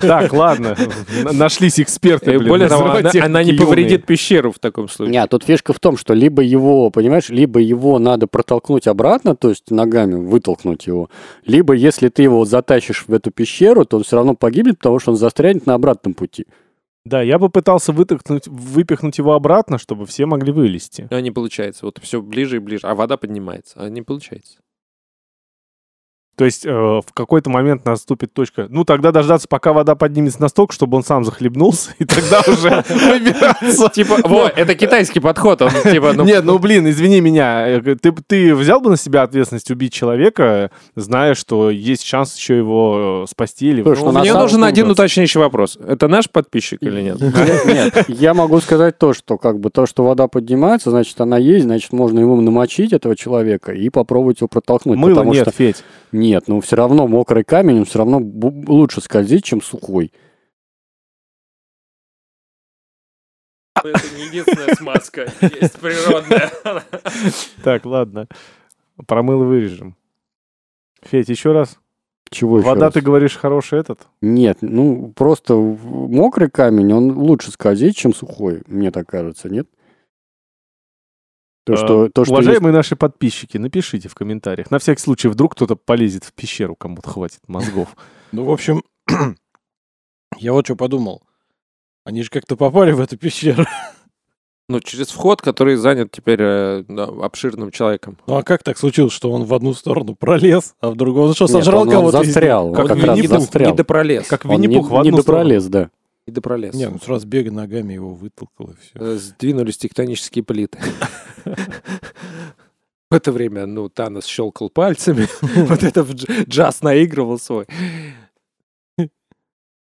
[SPEAKER 3] Так, ладно. Н- Нашлись эксперты,
[SPEAKER 8] Э,
[SPEAKER 3] блин.
[SPEAKER 8] Более того,
[SPEAKER 3] взорвать
[SPEAKER 8] она,
[SPEAKER 3] тех,
[SPEAKER 8] она не
[SPEAKER 3] какие умные.
[SPEAKER 8] повредит пещеру в таком случае.
[SPEAKER 4] Нет, тут фишка в том, что либо его, понимаешь, либо его надо протолкнуть обратно, то есть ногами вытолкнуть его, либо если ты его затащишь в эту пещеру, то он все равно погибнет, потому что он застрянет на обратном пути.
[SPEAKER 3] Да, я бы пытался вытолкнуть- выпихнуть его обратно, чтобы все могли вылезти.
[SPEAKER 8] Но Ну, не получается. Вот все ближе и ближе. А вода поднимается. А не получается.
[SPEAKER 3] То есть э, в какой-то момент наступит точка. Ну, тогда дождаться, пока вода поднимется настолько, чтобы он сам захлебнулся, и тогда уже выбираться.
[SPEAKER 8] Типа, во, это китайский подход. Он типа, ну,
[SPEAKER 3] Нет, ну блин, извини меня, э, ты, б- ты взял бы на себя ответственность убить человека, зная, что есть шанс еще его э, спасти или...
[SPEAKER 4] Слушай,
[SPEAKER 3] Ну,
[SPEAKER 4] ну, на
[SPEAKER 8] Мне
[SPEAKER 4] самом-
[SPEAKER 8] нужен один уточняющий вопрос. Это наш подписчик или нет?
[SPEAKER 4] Я- Нет, я могу сказать то, что как бы то, что вода поднимается, значит, она есть, значит, можно ему намочить этого человека и попробовать его протолкнуть.
[SPEAKER 3] Мыла
[SPEAKER 4] потому
[SPEAKER 3] нет,
[SPEAKER 4] что
[SPEAKER 3] Федь.
[SPEAKER 4] Нет, ну все равно мокрый камень, он все равно бу- лучше скользит, чем сухой.
[SPEAKER 8] Это не единственная смазка. Есть природная.
[SPEAKER 3] Так, ладно. Про мыло вырежем. Федь, еще раз.
[SPEAKER 4] Чего еще
[SPEAKER 3] Вода,
[SPEAKER 4] раз?
[SPEAKER 3] ты говоришь, хороший этот?
[SPEAKER 4] Нет, ну просто в- мокрый камень, он лучше скользит, чем сухой, мне так кажется, нет? То,
[SPEAKER 3] А,
[SPEAKER 4] что, то, что
[SPEAKER 3] Уважаемые наши подписчики, напишите в комментариях. На всякий случай, вдруг кто-то полезет в пещеру, кому-то хватит мозгов.
[SPEAKER 1] Ну, в общем, я вот что подумал. Они же как-то попали в эту пещеру.
[SPEAKER 8] Ну, через вход, который занят теперь э, да, обширным человеком.
[SPEAKER 1] Ну, а как так случилось, что он в одну сторону пролез, а в другую... Он что,
[SPEAKER 4] есть- Нет,
[SPEAKER 1] сожрал
[SPEAKER 4] он- он
[SPEAKER 1] кого-то? из них?
[SPEAKER 4] застрял, он
[SPEAKER 3] Как
[SPEAKER 4] как
[SPEAKER 3] Винни-Пух,
[SPEAKER 4] раз
[SPEAKER 3] не
[SPEAKER 4] застрял.
[SPEAKER 8] Не допролез.
[SPEAKER 3] Как
[SPEAKER 4] Он не,
[SPEAKER 3] Винни-Пух в
[SPEAKER 4] не
[SPEAKER 3] одну сторону.
[SPEAKER 4] допролез, да.
[SPEAKER 8] Не допролез.
[SPEAKER 1] Не, ну сразу бега ногами его вытолкал и все.
[SPEAKER 8] Э, Сдвинулись тектонические плиты. В это время, ну, Танос щелкал пальцами. Вот это в дж- джаз наигрывал свой.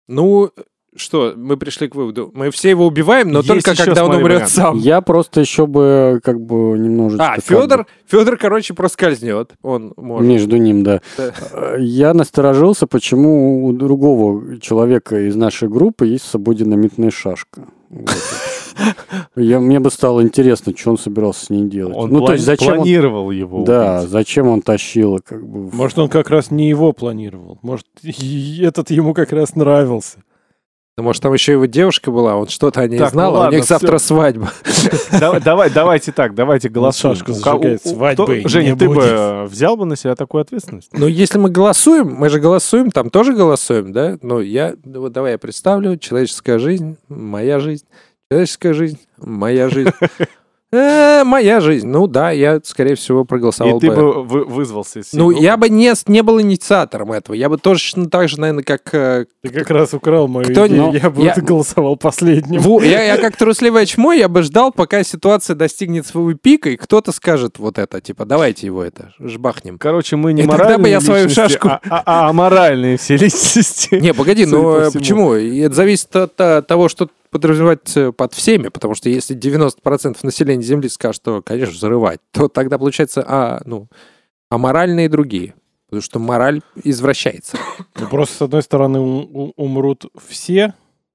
[SPEAKER 8] Ну, что, мы пришли к выводу. Мы все его убиваем, но
[SPEAKER 3] Есть
[SPEAKER 8] только
[SPEAKER 3] еще,
[SPEAKER 8] когда он
[SPEAKER 3] смотри,
[SPEAKER 8] умрет
[SPEAKER 3] вариант.
[SPEAKER 8] сам.
[SPEAKER 4] Я просто еще бы как бы немножечко...
[SPEAKER 8] А,
[SPEAKER 4] как
[SPEAKER 8] Федор, Федор, короче, проскользнет. Он
[SPEAKER 4] бы
[SPEAKER 8] может.
[SPEAKER 4] Между ним, да.
[SPEAKER 8] Да.
[SPEAKER 4] Э, Я насторожился, почему у другого человека из нашей группы есть с собой динамитная шашка. Вот. Я, мне бы стало интересно, что он собирался с ней делать.
[SPEAKER 3] Он
[SPEAKER 4] ну,
[SPEAKER 3] пла-
[SPEAKER 4] то есть зачем он,
[SPEAKER 3] планировал его
[SPEAKER 4] да,
[SPEAKER 3] убить.
[SPEAKER 4] зачем он тащил, как бы. в-
[SPEAKER 1] Может, он как раз не его планировал. Может, и этот ему как раз нравился.
[SPEAKER 8] Ну, Может, там еще его девушка была, он что-то о ней
[SPEAKER 3] Так, ну
[SPEAKER 8] знал, а у
[SPEAKER 3] ладно,
[SPEAKER 8] них завтра свадьба.
[SPEAKER 3] Да- Давай, давайте так, давайте голосуем.
[SPEAKER 1] Ну, Сашка
[SPEAKER 3] У ко-
[SPEAKER 1] зажигает,
[SPEAKER 3] у- у-
[SPEAKER 1] свадьбы
[SPEAKER 3] кто-
[SPEAKER 1] не
[SPEAKER 3] Женя, ты бы
[SPEAKER 1] будет.
[SPEAKER 3] э, взял бы на себя такую ответственность?
[SPEAKER 8] Ну, если мы голосуем, мы же голосуем, там тоже голосуем, да? Ну, я, ну, вот давай я представлю, человеческая жизнь, моя жизнь, человеческая жизнь, моя жизнь. «Э, моя жизнь. Ну да, я, скорее всего, проголосовал
[SPEAKER 3] И ты
[SPEAKER 8] бы.
[SPEAKER 3] бы вы- вызвался из всей
[SPEAKER 8] Ну,
[SPEAKER 3] группы.
[SPEAKER 8] я бы не, с- не был инициатором этого. Я бы точно так же, наверное, как... э,
[SPEAKER 1] Ты как раз украл мою
[SPEAKER 8] Кто
[SPEAKER 1] идею.
[SPEAKER 8] не-
[SPEAKER 1] Я бы
[SPEAKER 8] я-
[SPEAKER 1] голосовал последним.
[SPEAKER 8] Ву- я, я как трусливое чмо, я бы ждал, пока ситуация достигнет своего пика, и кто-то скажет вот это, типа, давайте его это, жбахнем.
[SPEAKER 3] Ну, Короче, мы не
[SPEAKER 8] И тогда бы
[SPEAKER 3] моральные
[SPEAKER 8] я свою
[SPEAKER 3] личности,
[SPEAKER 8] шашку-
[SPEAKER 3] а- а а моральные все личности.
[SPEAKER 8] Не, погоди,
[SPEAKER 3] Судя
[SPEAKER 8] но
[SPEAKER 3] по
[SPEAKER 8] э,
[SPEAKER 3] всему.
[SPEAKER 8] почему? И Это зависит от э, того, что подразумевать э, под всеми, потому что если 90% населения Земли скажет, что, конечно, взрывать, то тогда получается, а, ну, аморальные другие. Потому что мораль извращается.
[SPEAKER 1] Ну, Просто, с одной стороны, у- у- умрут все.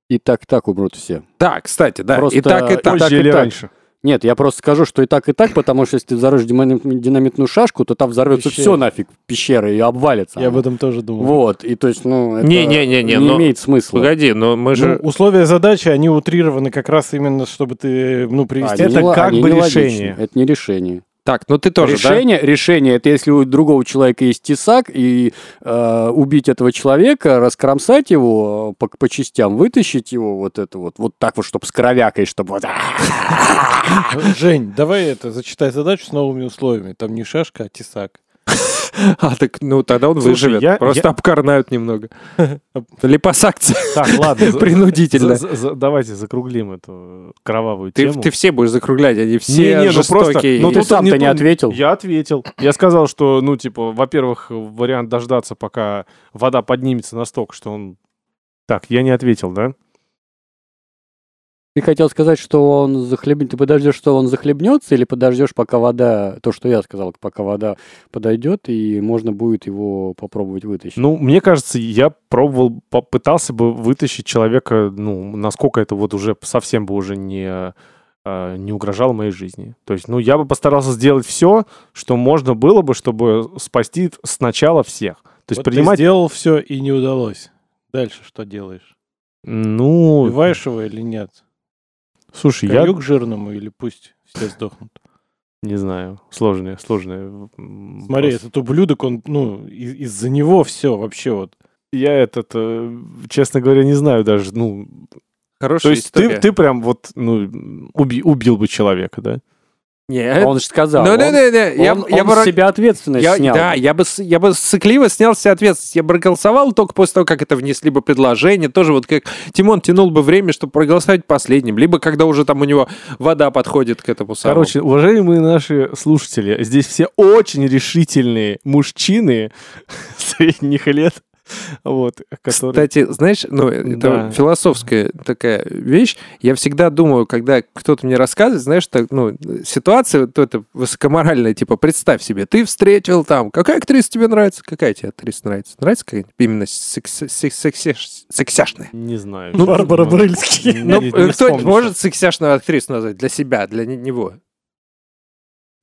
[SPEAKER 4] И так, и так умрут все.
[SPEAKER 8] Да, кстати, да.
[SPEAKER 4] Просто
[SPEAKER 8] и так, и так.
[SPEAKER 4] позже
[SPEAKER 8] Ну, так, и
[SPEAKER 4] или
[SPEAKER 8] так.
[SPEAKER 4] раньше. Нет, я просто скажу, что и так, и так, потому что если ты взорвешь динамит- динамитную шашку, то там взорвется
[SPEAKER 1] Пещера.
[SPEAKER 4] все нафиг, пещеры, и обвалится.
[SPEAKER 1] Я об
[SPEAKER 4] она.
[SPEAKER 1] этом тоже думал.
[SPEAKER 4] Вот, и то есть, ну, это
[SPEAKER 8] Не-не-не-не,
[SPEAKER 4] не
[SPEAKER 8] но-
[SPEAKER 4] имеет смысла.
[SPEAKER 8] Погоди, но мы
[SPEAKER 1] Ну, условия задачи, они утрированы как раз именно, чтобы ты, ну, привести...
[SPEAKER 4] Они
[SPEAKER 3] это
[SPEAKER 4] А, не л-
[SPEAKER 3] как
[SPEAKER 4] они
[SPEAKER 3] бы
[SPEAKER 4] нелогичны.
[SPEAKER 3] решение.
[SPEAKER 4] Это не решение.
[SPEAKER 8] Так, ну ты тоже, да?
[SPEAKER 4] решение, решение, это если у другого человека есть тесак, и э, убить этого человека, раскромсать его э, по, по частям, вытащить его вот это вот, вот так вот, чтобы с кровякой, чтобы вот... «А,
[SPEAKER 1] Э, Жень, давай это, зачитай задачу с новыми условиями. Там не шашка, а тесак.
[SPEAKER 8] А, так, ну тогда он
[SPEAKER 3] Слушай,
[SPEAKER 8] выживет.
[SPEAKER 3] я-
[SPEAKER 8] Просто
[SPEAKER 3] я-
[SPEAKER 8] обкарнают немного. Липосакция
[SPEAKER 3] Так, ладно. за-
[SPEAKER 8] принудительно.
[SPEAKER 3] за- за- Давайте закруглим эту кровавую
[SPEAKER 8] Ты,
[SPEAKER 3] тему.
[SPEAKER 8] ты все будешь закруглять, они
[SPEAKER 3] Не,
[SPEAKER 8] все
[SPEAKER 3] не, ну
[SPEAKER 8] жестокие.
[SPEAKER 3] просто- ну
[SPEAKER 8] и-
[SPEAKER 4] Ты
[SPEAKER 3] тут он
[SPEAKER 4] сам-то
[SPEAKER 3] не
[SPEAKER 4] не
[SPEAKER 3] ту-
[SPEAKER 4] ответил.
[SPEAKER 3] Я ответил. Я сказал, что, ну, типа, во-первых, вариант дождаться, пока вода поднимется настолько, что он... Так, я не ответил, да?
[SPEAKER 4] Ты хотел сказать, что он захлебнется. Ты подождешь, что он захлебнется, или подождешь, пока вода, то, что я сказал, пока вода подойдет, и можно будет его попробовать вытащить.
[SPEAKER 3] Ну, мне кажется, я пробовал, попытался бы вытащить человека, ну, насколько это вот уже совсем бы уже не, э, не угрожало моей жизни. То есть, ну, я бы постарался сделать все, что можно было бы, чтобы спасти сначала всех. То есть
[SPEAKER 1] Вот
[SPEAKER 3] принимать...
[SPEAKER 1] ты сделал все и не удалось. Дальше что делаешь?
[SPEAKER 3] Ну,
[SPEAKER 1] Убиваешь его или нет?
[SPEAKER 3] слушай, я
[SPEAKER 1] Коню к жирному или пусть все сдохнут?
[SPEAKER 3] не знаю. Сложные, сложные. м,
[SPEAKER 1] Смотри,
[SPEAKER 3] вопросы.
[SPEAKER 1] этот ублюдок, он, ну, и- из-за него все вообще вот.
[SPEAKER 3] Я этот, э, честно говоря, не знаю даже, ну...
[SPEAKER 8] Хорошая
[SPEAKER 3] То есть ты,
[SPEAKER 8] история.
[SPEAKER 3] ты прям вот, ну, уби- убил бы человека, да?
[SPEAKER 8] Нет.
[SPEAKER 4] он же сказал.
[SPEAKER 8] Ну,
[SPEAKER 4] он,
[SPEAKER 8] да, да, да. Я,
[SPEAKER 4] он-
[SPEAKER 8] я
[SPEAKER 4] он
[SPEAKER 8] бы...
[SPEAKER 4] с себя ответственность
[SPEAKER 8] я-
[SPEAKER 4] снял.
[SPEAKER 8] да, я бы, с- я бы сыкливо снял все ответственность. Я бы проголосовал только после того, как это внесли бы предложение. Тоже вот как Тимон тянул бы время, чтобы проголосовать последним. Либо когда уже там у него вода подходит к этому самому.
[SPEAKER 3] Короче, уважаемые наши слушатели, здесь все очень решительные мужчины средних лет, вот, которые...
[SPEAKER 8] Кстати, знаешь, ну, это
[SPEAKER 3] Да.
[SPEAKER 8] философская такая вещь. Я всегда думаю, когда кто-то мне рассказывает, знаешь, так, ну, ситуация вот эта высокоморальная, типа, представь себе, ты встретил там, какая актриса тебе нравится, какая тебе актриса нравится? Нравится какая-нибудь именно секс- секс- секс- сексяшная?
[SPEAKER 3] Не знаю.
[SPEAKER 8] Ну,
[SPEAKER 1] Барбара Брыльский.
[SPEAKER 3] Не-
[SPEAKER 8] Ну,
[SPEAKER 3] не- не
[SPEAKER 8] э, кто
[SPEAKER 3] вспомнится.
[SPEAKER 8] может сексяшную актрису назвать для себя, для не- него?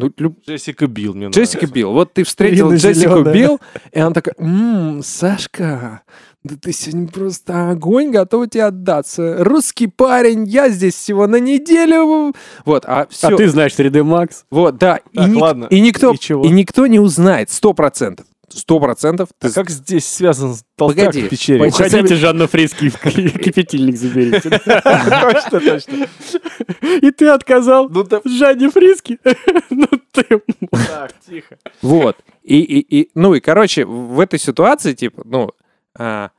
[SPEAKER 8] Ну, люб-
[SPEAKER 3] Джессика Билл мне
[SPEAKER 8] Джессика
[SPEAKER 3] нравится.
[SPEAKER 8] Билл. Вот ты встретил
[SPEAKER 1] Ирина
[SPEAKER 8] Джессику
[SPEAKER 1] Зелёная.
[SPEAKER 8] Билл, и она такая, «М, Сашка, да ты сегодня просто огонь, готова тебе отдаться. Русский парень, я здесь всего на неделю. Вот, а все.
[SPEAKER 4] А ты знаешь 3D Max.
[SPEAKER 8] Вот, да. и,
[SPEAKER 3] Так,
[SPEAKER 8] ник-
[SPEAKER 3] ладно,
[SPEAKER 8] и никто,
[SPEAKER 3] и чего?
[SPEAKER 8] и никто не узнает, сто процентов. Сто процентов.
[SPEAKER 3] А
[SPEAKER 8] Ты
[SPEAKER 3] как здесь связан толкак
[SPEAKER 8] Погоди,
[SPEAKER 3] в пещере?
[SPEAKER 8] погоди. Хотите,
[SPEAKER 4] Хотите Жанна Фриски кипятильник заберите.
[SPEAKER 3] Точно, точно.
[SPEAKER 4] И ты отказал
[SPEAKER 3] Ну, да-
[SPEAKER 4] Жанне Фриски? Ну ты...
[SPEAKER 3] так, тихо.
[SPEAKER 8] Вот. И, и, и, ну и, короче, в этой ситуации, типа, ну, а,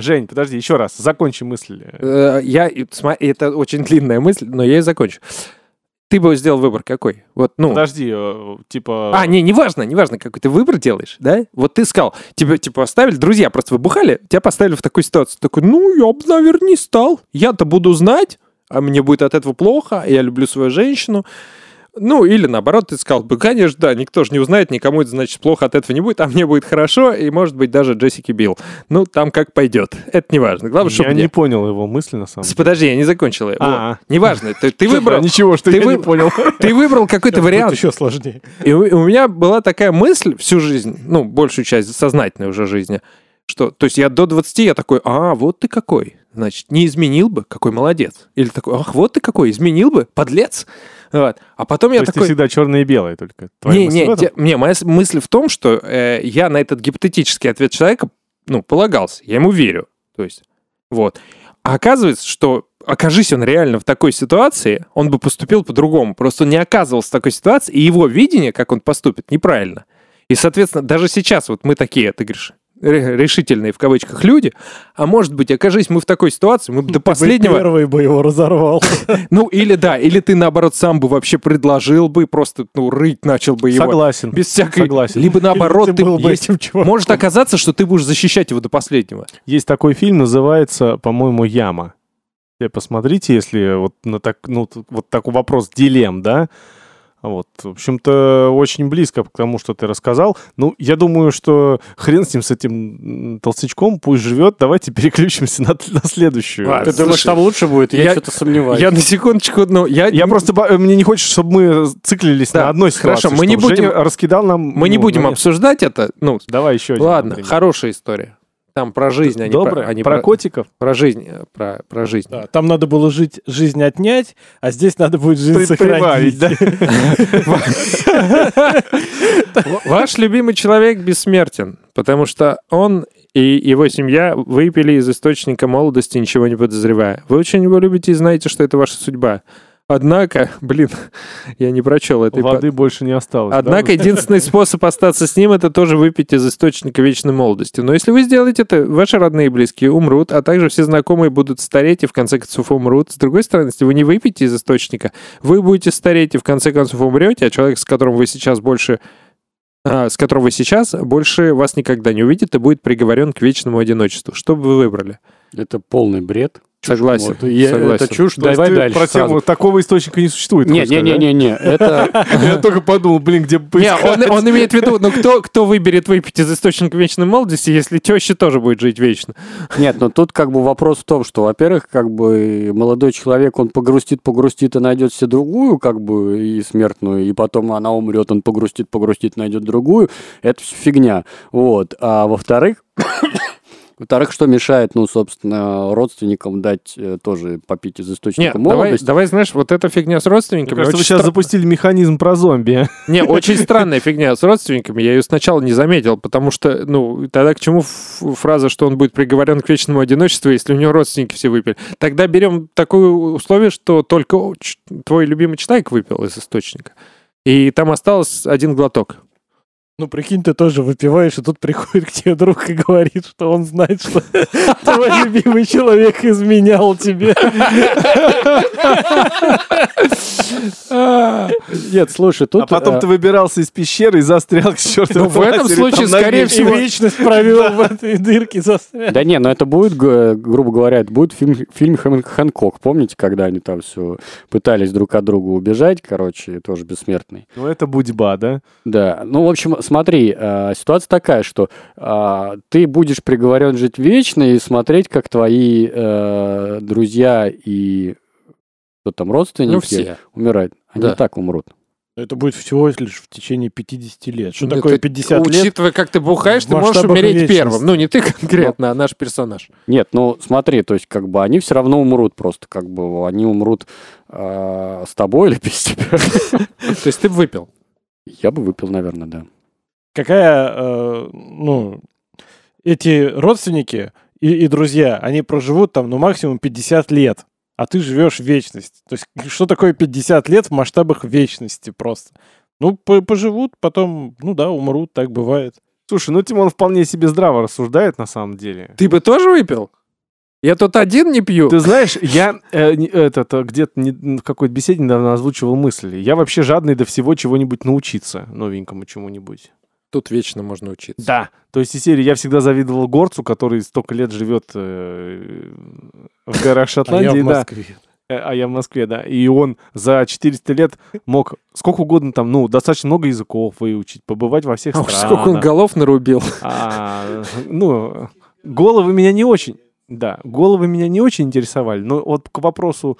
[SPEAKER 3] Жень, подожди, еще раз, закончи мысль.
[SPEAKER 8] Э, Я, и сма- и это очень длинная мысль, но я и закончу. Ты бы сделал выбор какой? Вот, ну.
[SPEAKER 3] Подожди, э, типа...
[SPEAKER 8] А, не, неважно, неважно, какой ты выбор делаешь, да? Вот ты сказал, тебе, типа, оставили, друзья просто выбухали, тебя поставили в такую ситуацию. Такой, ну, я бы, наверное, не стал. Я-то буду знать, а мне будет от этого плохо, а я люблю свою женщину. Ну, или наоборот, ты сказал бы, конечно, да, никто же не узнает, никому это, значит, плохо от этого не будет, а мне будет хорошо, и, может быть, даже Джессики Билл. Ну, там как пойдет. Это не важно. Главное, чтобы
[SPEAKER 3] Я
[SPEAKER 8] мне.
[SPEAKER 3] не понял его мысли, на самом
[SPEAKER 8] С-
[SPEAKER 3] деле.
[SPEAKER 8] Подожди, я не закончил.
[SPEAKER 3] А.
[SPEAKER 8] Вот. Неважно, ты, ты
[SPEAKER 3] Да,
[SPEAKER 8] выбрал,
[SPEAKER 3] Ничего, что
[SPEAKER 8] Ты
[SPEAKER 3] я не
[SPEAKER 8] вы-
[SPEAKER 3] понял.
[SPEAKER 8] ты выбрал какой-то
[SPEAKER 1] Вариант
[SPEAKER 8] вариант.
[SPEAKER 1] еще сложнее.
[SPEAKER 8] И у, у меня была такая мысль всю жизнь, ну, большую часть сознательной уже жизни, что, то есть я до 20, я такой, а, вот ты какой, значит, не изменил бы, какой молодец. Или такой, ах, вот ты какой, изменил бы, подлец. Вот. А потом я
[SPEAKER 3] То есть ты
[SPEAKER 8] такой...
[SPEAKER 3] всегда черное и белое только. Твоя
[SPEAKER 8] Не,
[SPEAKER 3] мысль в
[SPEAKER 8] не,
[SPEAKER 3] этом?
[SPEAKER 8] те- не, моя с- мысль в том, что э, я на этот гипотетический ответ человека, ну, полагался, я ему верю, то есть, вот. А оказывается, что окажись он реально в такой ситуации, он бы поступил по-другому. Просто он не оказывался в такой ситуации, и его видение, как он поступит, неправильно. И, соответственно, даже сейчас вот мы такие, ты говоришь, ре- решительные в кавычках люди, а может быть, окажись мы в такой ситуации, мы бы до последнего...
[SPEAKER 1] Первый бы его разорвал.
[SPEAKER 8] Ну, или да, или ты, наоборот, сам бы вообще предложил бы, и просто, ну, рыть начал бы его.
[SPEAKER 3] Согласен.
[SPEAKER 8] Без всякой...
[SPEAKER 3] Согласен.
[SPEAKER 8] Либо наоборот,
[SPEAKER 1] Или
[SPEAKER 8] ты,
[SPEAKER 1] ты был бы
[SPEAKER 8] есть-
[SPEAKER 1] этим чуваком.
[SPEAKER 8] Может оказаться, что ты будешь защищать его до последнего.
[SPEAKER 3] Есть такой фильм, называется, по-моему, «Яма». Э, Посмотрите, если вот на так, ну, т- вот такой вопрос дилем, да? Вот, в общем-то, очень близко к тому, что ты рассказал. Ну, я думаю, что хрен с ним, с этим м, толстячком, пусть живет. Давайте переключимся на, на следующую.
[SPEAKER 8] Ладно.
[SPEAKER 4] Ты думаешь,
[SPEAKER 8] слушай,
[SPEAKER 4] там лучше будет? Я,
[SPEAKER 8] я-
[SPEAKER 4] что-то сомневаюсь.
[SPEAKER 8] Я на секундочку, ну, я...
[SPEAKER 3] Я просто, бо- мне не хочется, чтобы мы циклились
[SPEAKER 8] Да,
[SPEAKER 3] на одной ситуации.
[SPEAKER 8] хорошо, мы не
[SPEAKER 3] чтобы
[SPEAKER 8] будем-
[SPEAKER 3] Женя раскидал нам...
[SPEAKER 8] Мы не
[SPEAKER 3] ну,
[SPEAKER 8] будем
[SPEAKER 3] момент.
[SPEAKER 8] обсуждать это. Ну,
[SPEAKER 3] Давай еще один.
[SPEAKER 8] ладно,
[SPEAKER 3] например.
[SPEAKER 8] хорошая история. Там про жизнь, а не про,
[SPEAKER 3] Доброе.
[SPEAKER 8] а не
[SPEAKER 3] Про котиков?
[SPEAKER 8] про жизнь, э, про, про жизнь.
[SPEAKER 1] Да, там надо было жить, жизнь отнять, а здесь надо будет жизнь
[SPEAKER 3] При-
[SPEAKER 1] сохранить.
[SPEAKER 3] прибавить, да?
[SPEAKER 8] В- Ваш любимый человек бессмертен, потому что он и его семья выпили из источника молодости, ничего не подозревая. Вы очень его любите и знаете, что это ваша судьба. Однако, блин, я не прочел этой по-
[SPEAKER 3] Воды больше не осталось. да?
[SPEAKER 8] Однако единственный способ остаться с ним — это тоже выпить из источника вечной молодости. Но если вы сделаете это, ваши родные и близкие умрут, а также все знакомые будут стареть и в конце концов умрут. С другой стороны, если вы не выпьете из источника, вы будете стареть и в конце концов умрете, а человек, с которым вы сейчас больше а, с которым вы сейчас, больше вас никогда не увидит и будет приговорен к вечному одиночеству. Что бы вы выбрали?
[SPEAKER 4] Это полный бред.
[SPEAKER 8] Согласен.
[SPEAKER 4] Вот, и
[SPEAKER 8] согласен.
[SPEAKER 4] Это чушь.
[SPEAKER 3] То есть
[SPEAKER 4] Давай
[SPEAKER 3] ты
[SPEAKER 4] дальше.
[SPEAKER 3] Про
[SPEAKER 4] сразу.
[SPEAKER 3] тему такого источника не существует.
[SPEAKER 4] Нет, не, не, не, не. Это
[SPEAKER 3] Я только подумал, блин, где бы
[SPEAKER 8] Не, он, он имеет в виду, ну кто, кто выберет выпить из источника вечной молодости, если теща тоже будет жить вечно?
[SPEAKER 4] нет, но тут как бы вопрос в том, что, во-первых, как бы молодой человек, он погрустит, погрустит и найдет себе другую, как бы и смертную, и потом она умрет, он погрустит, погрустит, найдет другую. Это всё фигня. Вот. А во-вторых, во-вторых, что мешает, ну, собственно, родственникам дать э, тоже попить из
[SPEAKER 8] Нет,
[SPEAKER 4] источника
[SPEAKER 8] давай,
[SPEAKER 4] молодости?
[SPEAKER 8] давай, знаешь, вот эта фигня с родственниками...
[SPEAKER 3] Мне кажется, вы
[SPEAKER 8] очень
[SPEAKER 3] сейчас
[SPEAKER 8] стра-
[SPEAKER 3] запустили механизм про зомби.
[SPEAKER 8] Не, очень странная фигня с родственниками. Я ее сначала не заметил, потому что, ну, тогда к чему ф- фраза, что он будет приговорен к вечному одиночеству, если у него родственники все выпили? Тогда берем такое условие, что только о- ч- твой любимый человек выпил из источника. И там осталось один глоток.
[SPEAKER 1] Ну, прикинь, ты тоже выпиваешь, и тут приходит к тебе друг и говорит, что он знает, что твой любимый человек изменял тебе.
[SPEAKER 4] Нет, слушай, тут...
[SPEAKER 3] А потом
[SPEAKER 4] э,
[SPEAKER 3] ты выбирался из пещеры и застрял к чертовой
[SPEAKER 8] Ну, в этом
[SPEAKER 3] матери,
[SPEAKER 8] случае,
[SPEAKER 3] там на
[SPEAKER 8] скорее
[SPEAKER 3] месте.
[SPEAKER 1] И вечность провел в этой дырке застрял.
[SPEAKER 4] Да не, но это будет, г- грубо говоря, это будет фильм, фильм Хэн- Хэнкок. Помните, когда они там все пытались друг от друга убежать, короче, тоже бессмертный.
[SPEAKER 3] Ну, это будьба, да?
[SPEAKER 4] Да, ну, в общем, смотри, э, ситуация такая, что а, ты будешь приговорен жить вечно и смотреть, как твои э, друзья и кто там, родственники
[SPEAKER 8] Ну, все.
[SPEAKER 4] умирают. Они
[SPEAKER 8] Да.
[SPEAKER 4] и так умрут.
[SPEAKER 1] Это будет всего лишь в течение 50 лет. Что
[SPEAKER 8] Ну,
[SPEAKER 1] такое
[SPEAKER 8] ты-
[SPEAKER 1] 50 лет?
[SPEAKER 8] Учитывая, как ты бухаешь,
[SPEAKER 1] в
[SPEAKER 8] ты можешь
[SPEAKER 1] масштабах
[SPEAKER 8] умереть
[SPEAKER 1] вечности.
[SPEAKER 8] первым. Ну, не ты конкретно, а наш персонаж.
[SPEAKER 4] Нет, ну смотри, то есть как бы они все равно умрут просто, как бы они умрут э, с тобой или без тебя.
[SPEAKER 8] То есть ты б выпил.
[SPEAKER 4] Я бы выпил, наверное, да.
[SPEAKER 1] Какая, э, ну, эти родственники и, и друзья, они проживут там, ну, максимум 50 лет. А ты живешь вечность. То есть, что такое 50 лет в масштабах вечности просто? Ну, по- поживут, потом, ну да, умрут, так бывает.
[SPEAKER 3] Слушай, ну Тимон вполне себе здраво рассуждает на самом деле.
[SPEAKER 8] Ты бы тоже выпил? Я тут один не пью.
[SPEAKER 3] Ты знаешь, я э, не- этот, э, где-то не- в какой-то беседе недавно озвучивал мысли. Я вообще жадный до всего чего-нибудь научиться, новенькому чему-нибудь.
[SPEAKER 8] Тут вечно можно учиться.
[SPEAKER 3] Да. То есть из серии я всегда завидовал горцу, который столько лет живет э, в горах
[SPEAKER 1] А
[SPEAKER 3] Шотландии,
[SPEAKER 1] я в
[SPEAKER 3] да.
[SPEAKER 1] Москве.
[SPEAKER 3] Э, А я в Москве, да. И он за 400 лет мог сколько угодно там, ну, достаточно много языков выучить, побывать во всех
[SPEAKER 8] А
[SPEAKER 3] странах.
[SPEAKER 8] уж сколько он голов нарубил.
[SPEAKER 3] А, ну, головы меня не очень... Да, головы меня не очень интересовали. Но вот к вопросу...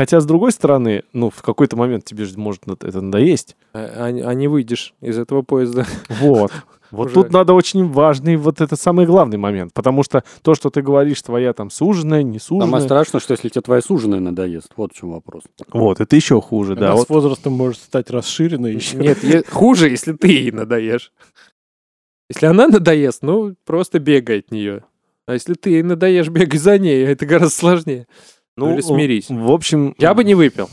[SPEAKER 3] Хотя, с другой стороны, ну, в какой-то момент тебе же может над- это надоесть.
[SPEAKER 8] А, а не- а не выйдешь из этого поезда.
[SPEAKER 3] Вот. Вот
[SPEAKER 8] Уже.
[SPEAKER 3] тут надо очень важный, вот это самый главный момент. Потому что то, что ты говоришь, твоя там суженая, не
[SPEAKER 4] Самое
[SPEAKER 3] суженая.
[SPEAKER 4] страшное, что если тебе твоя суженая надоест. Вот в чем вопрос.
[SPEAKER 3] Вот, это еще хуже, да.
[SPEAKER 1] Она
[SPEAKER 3] Вот
[SPEAKER 1] с возрастом может стать расширенной еще.
[SPEAKER 8] Нет, е- хуже, если ты ей надоешь. Если она надоест, ну, просто бегай от нее. А если ты ей надоешь бегать за ней, это гораздо сложнее. Ну, или смирись.
[SPEAKER 3] В общем,
[SPEAKER 8] Я бы не выпил.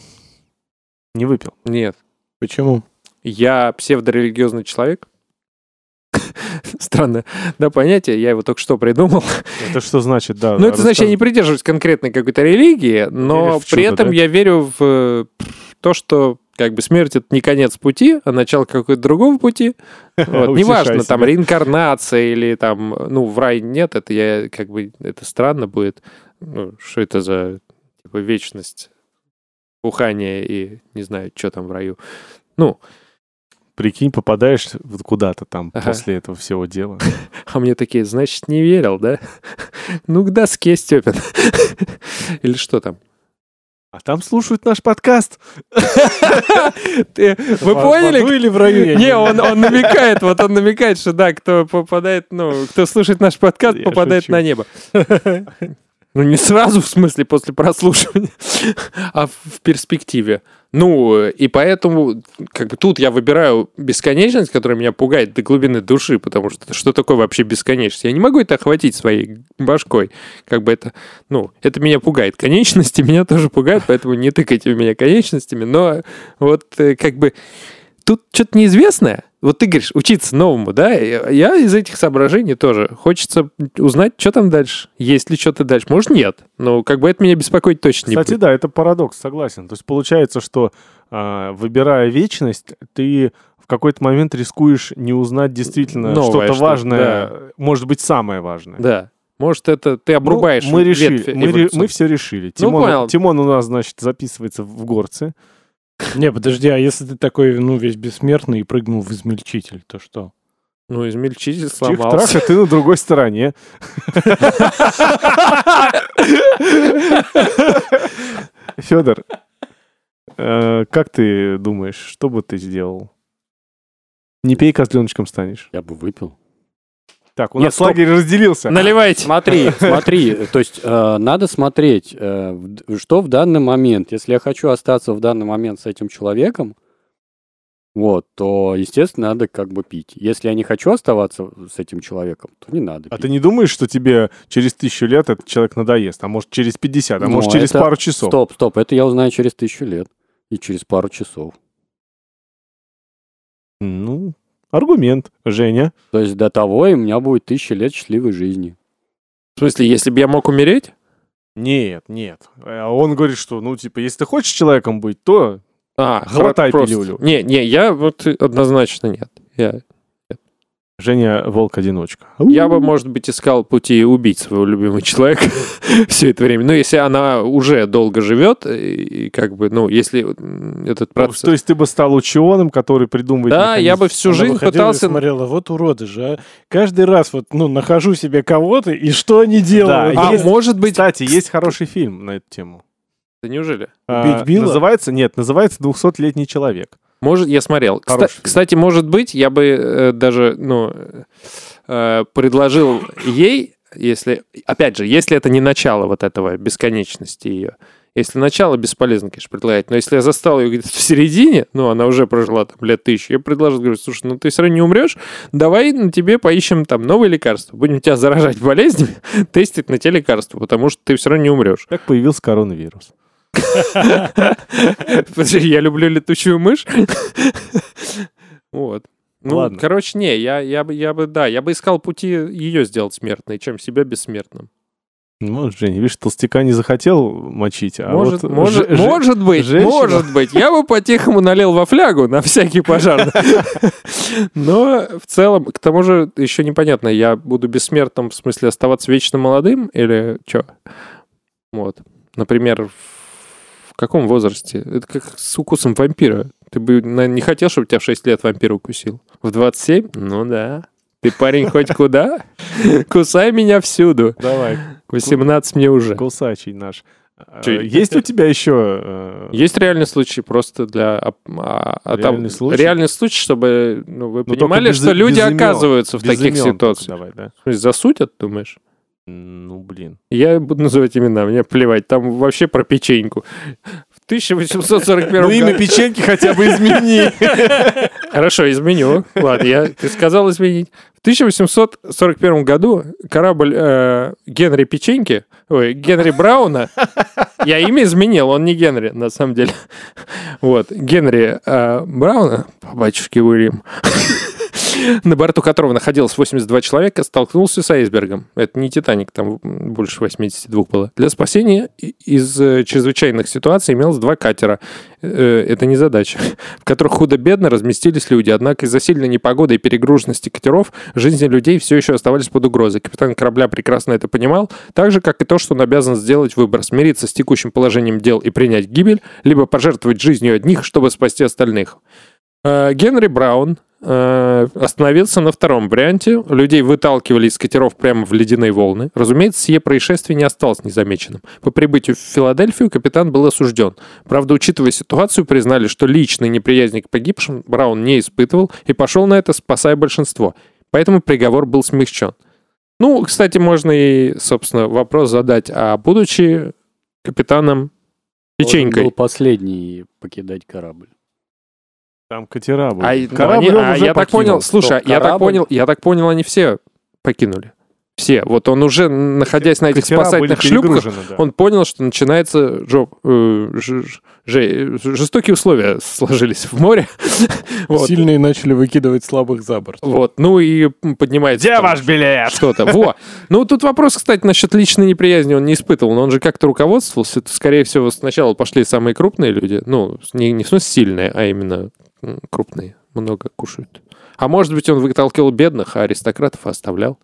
[SPEAKER 3] не выпил.
[SPEAKER 8] Нет.
[SPEAKER 1] Почему?
[SPEAKER 8] Я псевдорелигиозный человек. Странное, да, понятие, я его только что придумал.
[SPEAKER 3] Это что значит, да?
[SPEAKER 8] Ну, это значит, я
[SPEAKER 3] рассказывай.
[SPEAKER 8] не придерживаюсь конкретной какой-то религии, но
[SPEAKER 3] Веришь в
[SPEAKER 8] при
[SPEAKER 3] чудо,
[SPEAKER 8] этом
[SPEAKER 3] да?
[SPEAKER 8] я верю в э, то, что как бы смерть это не конец пути, а начало какого-то другого пути. Вот,
[SPEAKER 3] Утешай
[SPEAKER 8] неважно, там
[SPEAKER 3] себя.
[SPEAKER 8] реинкарнация или там, ну, в рай нет, это я как бы, это странно будет. Ну, что это за типа вечность, бухание и не знаю, что там в раю.
[SPEAKER 3] Прикинь, попадаешь вот куда-то там
[SPEAKER 8] Ага.
[SPEAKER 3] после этого всего дела.
[SPEAKER 8] А мне такие, значит, не верил, да? Ну, к доске, Степин. Или что там?
[SPEAKER 3] А там слушают наш подкаст.
[SPEAKER 8] Ты- Вы
[SPEAKER 1] В
[SPEAKER 8] поняли?
[SPEAKER 1] аду или в раю? я
[SPEAKER 8] Не, он, он намекает, вот он намекает, что да, кто попадает, ну, кто слушает наш подкаст,
[SPEAKER 3] Я
[SPEAKER 8] попадает
[SPEAKER 3] шучу.
[SPEAKER 8] на небо. Ну, не сразу, в смысле, после прослушивания, а в- в перспективе. Ну, э, и поэтому, как бы тут я выбираю бесконечность, которая меня пугает до глубины души, потому что что такое вообще бесконечность? Я не могу это охватить своей башкой. Как бы это, ну, это меня пугает. Конечности меня тоже пугают, поэтому не тыкайте в меня конечностями, но вот э, как бы тут что-то неизвестное. Вот ты говоришь, учиться новому, да? Я я из этих соображений тоже. Хочется узнать, что там дальше. Есть ли что-то дальше. Может, нет. Но как бы это меня беспокоить точно не
[SPEAKER 3] Кстати,
[SPEAKER 8] будет.
[SPEAKER 3] да, это парадокс, согласен. То есть получается, что а, выбирая вечность, ты в какой-то момент рискуешь не узнать действительно
[SPEAKER 8] Новое
[SPEAKER 3] что-то
[SPEAKER 8] что-то,
[SPEAKER 3] важное, может быть, самое важное.
[SPEAKER 8] Да. Может, это ты обрубаешь
[SPEAKER 3] Ну, мы решили,
[SPEAKER 8] ветвь
[SPEAKER 3] мы, ре-
[SPEAKER 8] эволюции.
[SPEAKER 3] мы все решили. Тимон,
[SPEAKER 8] понял.
[SPEAKER 3] Тимон у нас, значит, записывается в горцы.
[SPEAKER 1] Не, подожди, а если ты такой, ну, весь бессмертный и прыгнул в измельчитель, то что?
[SPEAKER 8] Ну, измельчитель сломался.
[SPEAKER 3] Тих-трах, а ты на другой стороне. Федор, э, как ты думаешь, что бы ты сделал? Не пей, козленочком станешь.
[SPEAKER 4] Я бы выпил.
[SPEAKER 3] Так, у
[SPEAKER 4] Нет,
[SPEAKER 3] нас
[SPEAKER 4] стоп.
[SPEAKER 3] лагерь разделился.
[SPEAKER 8] Наливайте.
[SPEAKER 4] Смотри, смотри, то есть э, надо смотреть, э, в д- что в данный момент. Если я хочу остаться в данный момент с этим человеком, вот, то, естественно, надо как бы пить. Если я не хочу оставаться с этим человеком, то не надо
[SPEAKER 3] А
[SPEAKER 4] пить.
[SPEAKER 3] ты не думаешь, что тебе через тысячу лет этот человек надоест? А может, через 50, а
[SPEAKER 4] Ну,
[SPEAKER 3] может, через
[SPEAKER 4] это-
[SPEAKER 3] пару часов?
[SPEAKER 4] Стоп, стоп, это я узнаю через тысячу лет и через пару часов.
[SPEAKER 3] Ну, аргумент, Женя.
[SPEAKER 4] То есть до того и у меня будет тысяча лет счастливой жизни.
[SPEAKER 8] В смысле, если бы я мог умереть?
[SPEAKER 3] Нет, нет. Э, Он говорит, что, ну, типа, если ты хочешь человеком быть, то
[SPEAKER 8] А,
[SPEAKER 3] Глотай
[SPEAKER 8] просто-
[SPEAKER 3] пилюлю.
[SPEAKER 8] Не, не, я вот однозначно нет. Я,
[SPEAKER 3] Женя волк-одиночка.
[SPEAKER 8] я бы, может быть, искал пути убить своего любимого человека все это время. Ну, если она уже долго живет, и и как бы, ну, если м, этот
[SPEAKER 3] Ну,
[SPEAKER 8] процесс...
[SPEAKER 3] То есть ты бы стал ученым, который придумывает...
[SPEAKER 8] Да, я
[SPEAKER 3] механизм.
[SPEAKER 8] бы всю
[SPEAKER 1] Она
[SPEAKER 8] жизнь
[SPEAKER 1] выходила и
[SPEAKER 8] пытался...
[SPEAKER 1] смотрела, вот уроды же, а. Каждый раз вот, ну, нахожу себе кого-то, и что они делают?
[SPEAKER 3] Да,
[SPEAKER 8] А
[SPEAKER 1] А,
[SPEAKER 3] есть-
[SPEAKER 8] может быть...
[SPEAKER 3] Кстати, есть хороший фильм на эту тему.
[SPEAKER 8] Да Неужели?
[SPEAKER 1] Убить
[SPEAKER 3] А,
[SPEAKER 1] Билла?
[SPEAKER 3] Называется, нет, называется «200-летний человек».
[SPEAKER 8] Может, я смотрел. Кста-
[SPEAKER 3] Хороший фильм.
[SPEAKER 8] кстати, может быть, я бы э, даже, ну, э, предложил ей, если, опять же, если это не начало вот этого бесконечности ее, если начало бесполезно, конечно, предлагать, но если я застал ее где-то в середине, ну, она уже прожила там лет тысячу, я предложил, говорю, слушай, ну, ты все равно не умрешь, давай на тебе поищем там новые лекарства, будем тебя заражать болезнями, тестить на те лекарства, потому что ты все равно не умрешь.
[SPEAKER 3] Как появился коронавирус.
[SPEAKER 8] Подожди, я люблю летучую мышь. Вот. Ну,
[SPEAKER 3] Ладно.
[SPEAKER 8] короче, не, я, я, бы, я бы, да, я бы искал пути ее сделать смертной, чем себя бессмертным.
[SPEAKER 3] Ну, Женя, видишь, толстяка не захотел мочить, а
[SPEAKER 8] может,
[SPEAKER 3] вот
[SPEAKER 8] может,
[SPEAKER 3] Ж- Ж-
[SPEAKER 8] может быть,
[SPEAKER 3] женщина-
[SPEAKER 8] может быть. Я бы по-тихому налил во флягу на всякий пожар. Но в целом, к тому же, еще непонятно, я буду бессмертным, в смысле оставаться вечно молодым или что? Вот. Например, в каком возрасте? Это как с укусом вампира. Ты бы наверное, не хотел, чтобы тебя в 6 лет вампир укусил? В 27? Ну да. Ты парень хоть куда? Кусай меня всюду.
[SPEAKER 3] Давай,
[SPEAKER 8] 18 мне уже.
[SPEAKER 3] кусачий наш. А,
[SPEAKER 8] Чё?
[SPEAKER 3] Есть у тебя еще... э,
[SPEAKER 8] Есть реальный случай просто для... оп- а, а там-
[SPEAKER 3] Реальный случай?
[SPEAKER 8] реальный случай, чтобы ну, вы
[SPEAKER 3] Ну, только
[SPEAKER 8] понимали,
[SPEAKER 3] без-
[SPEAKER 8] что люди
[SPEAKER 3] без имен.
[SPEAKER 8] оказываются в
[SPEAKER 3] без
[SPEAKER 8] таких
[SPEAKER 3] имен только
[SPEAKER 8] ситуациях.
[SPEAKER 3] Давай, да.
[SPEAKER 8] То есть засудят, думаешь?
[SPEAKER 3] Ну, блин.
[SPEAKER 8] Я буду называть имена, мне плевать, там вообще про печеньку. В 1841
[SPEAKER 3] Ну, имя
[SPEAKER 8] году-
[SPEAKER 3] печеньки хотя бы измени.
[SPEAKER 8] Хорошо, изменю. Ладно, я, ты сказал изменить. В 1841 году корабль э, Генри Печеньки, ой, Генри Брауна, я имя изменил, он не Генри, на самом деле. Вот, Генри э, Брауна, по батюшке Уильям, на борту которого находилось 82 человека, столкнулся с айсбергом. Это не «Титаник», там больше 82 было. Для спасения и- из э, чрезвычайных ситуаций имелось два катера. Э, Это не задача. В которых худо-бедно разместились люди. Однако из-за сильной непогоды и перегруженности катеров жизни людей все еще оставались под угрозой. Капитан корабля прекрасно это понимал, так же, как и то, что он обязан сделать выбор, смириться с текущим положением дел и принять гибель, либо пожертвовать жизнью одних, чтобы спасти остальных. Э, Генри Браун э, остановился на втором варианте. Людей выталкивали из катеров прямо в ледяные волны. Разумеется, сие происшествие не осталось незамеченным. По прибытию в Филадельфию капитан был осужден. Правда, учитывая ситуацию, признали, что личной неприязни к погибшим Браун не испытывал и пошел на это, спасая большинство. Поэтому приговор был смягчен. Ну, кстати, можно и, собственно, вопрос задать, а будучи капитаном
[SPEAKER 4] Он
[SPEAKER 8] печенькой,
[SPEAKER 4] был последний покидать корабль.
[SPEAKER 3] Там катера были.
[SPEAKER 8] А, и- ну,
[SPEAKER 3] Корабль
[SPEAKER 8] они-
[SPEAKER 3] он
[SPEAKER 8] а
[SPEAKER 3] уже
[SPEAKER 8] я так
[SPEAKER 3] покинул.
[SPEAKER 8] понял, слушай, я так
[SPEAKER 4] корабль?
[SPEAKER 8] понял, я так понял, они все покинули. Все. Вот он уже, находясь на этих
[SPEAKER 3] Катера были
[SPEAKER 8] спасательных шлюпках,
[SPEAKER 3] перегружены, да.
[SPEAKER 8] он понял, что начинается жоп, э, ж- ж- же- жестокие условия сложились в море. Вот.
[SPEAKER 1] Сильные начали выкидывать слабых за борт.
[SPEAKER 8] Вот, ну и поднимается...
[SPEAKER 6] Где
[SPEAKER 8] там
[SPEAKER 6] ваш билет?
[SPEAKER 8] Что-то. Во. Ну, тут вопрос, кстати, насчет личной неприязни он не испытывал, но он же как-то руководствовался. Это, скорее всего, сначала пошли самые крупные люди. Ну, не, не в смысле сильные, а именно м, крупные. Много кушают. А может быть, он выталкивал бедных, а аристократов оставлял.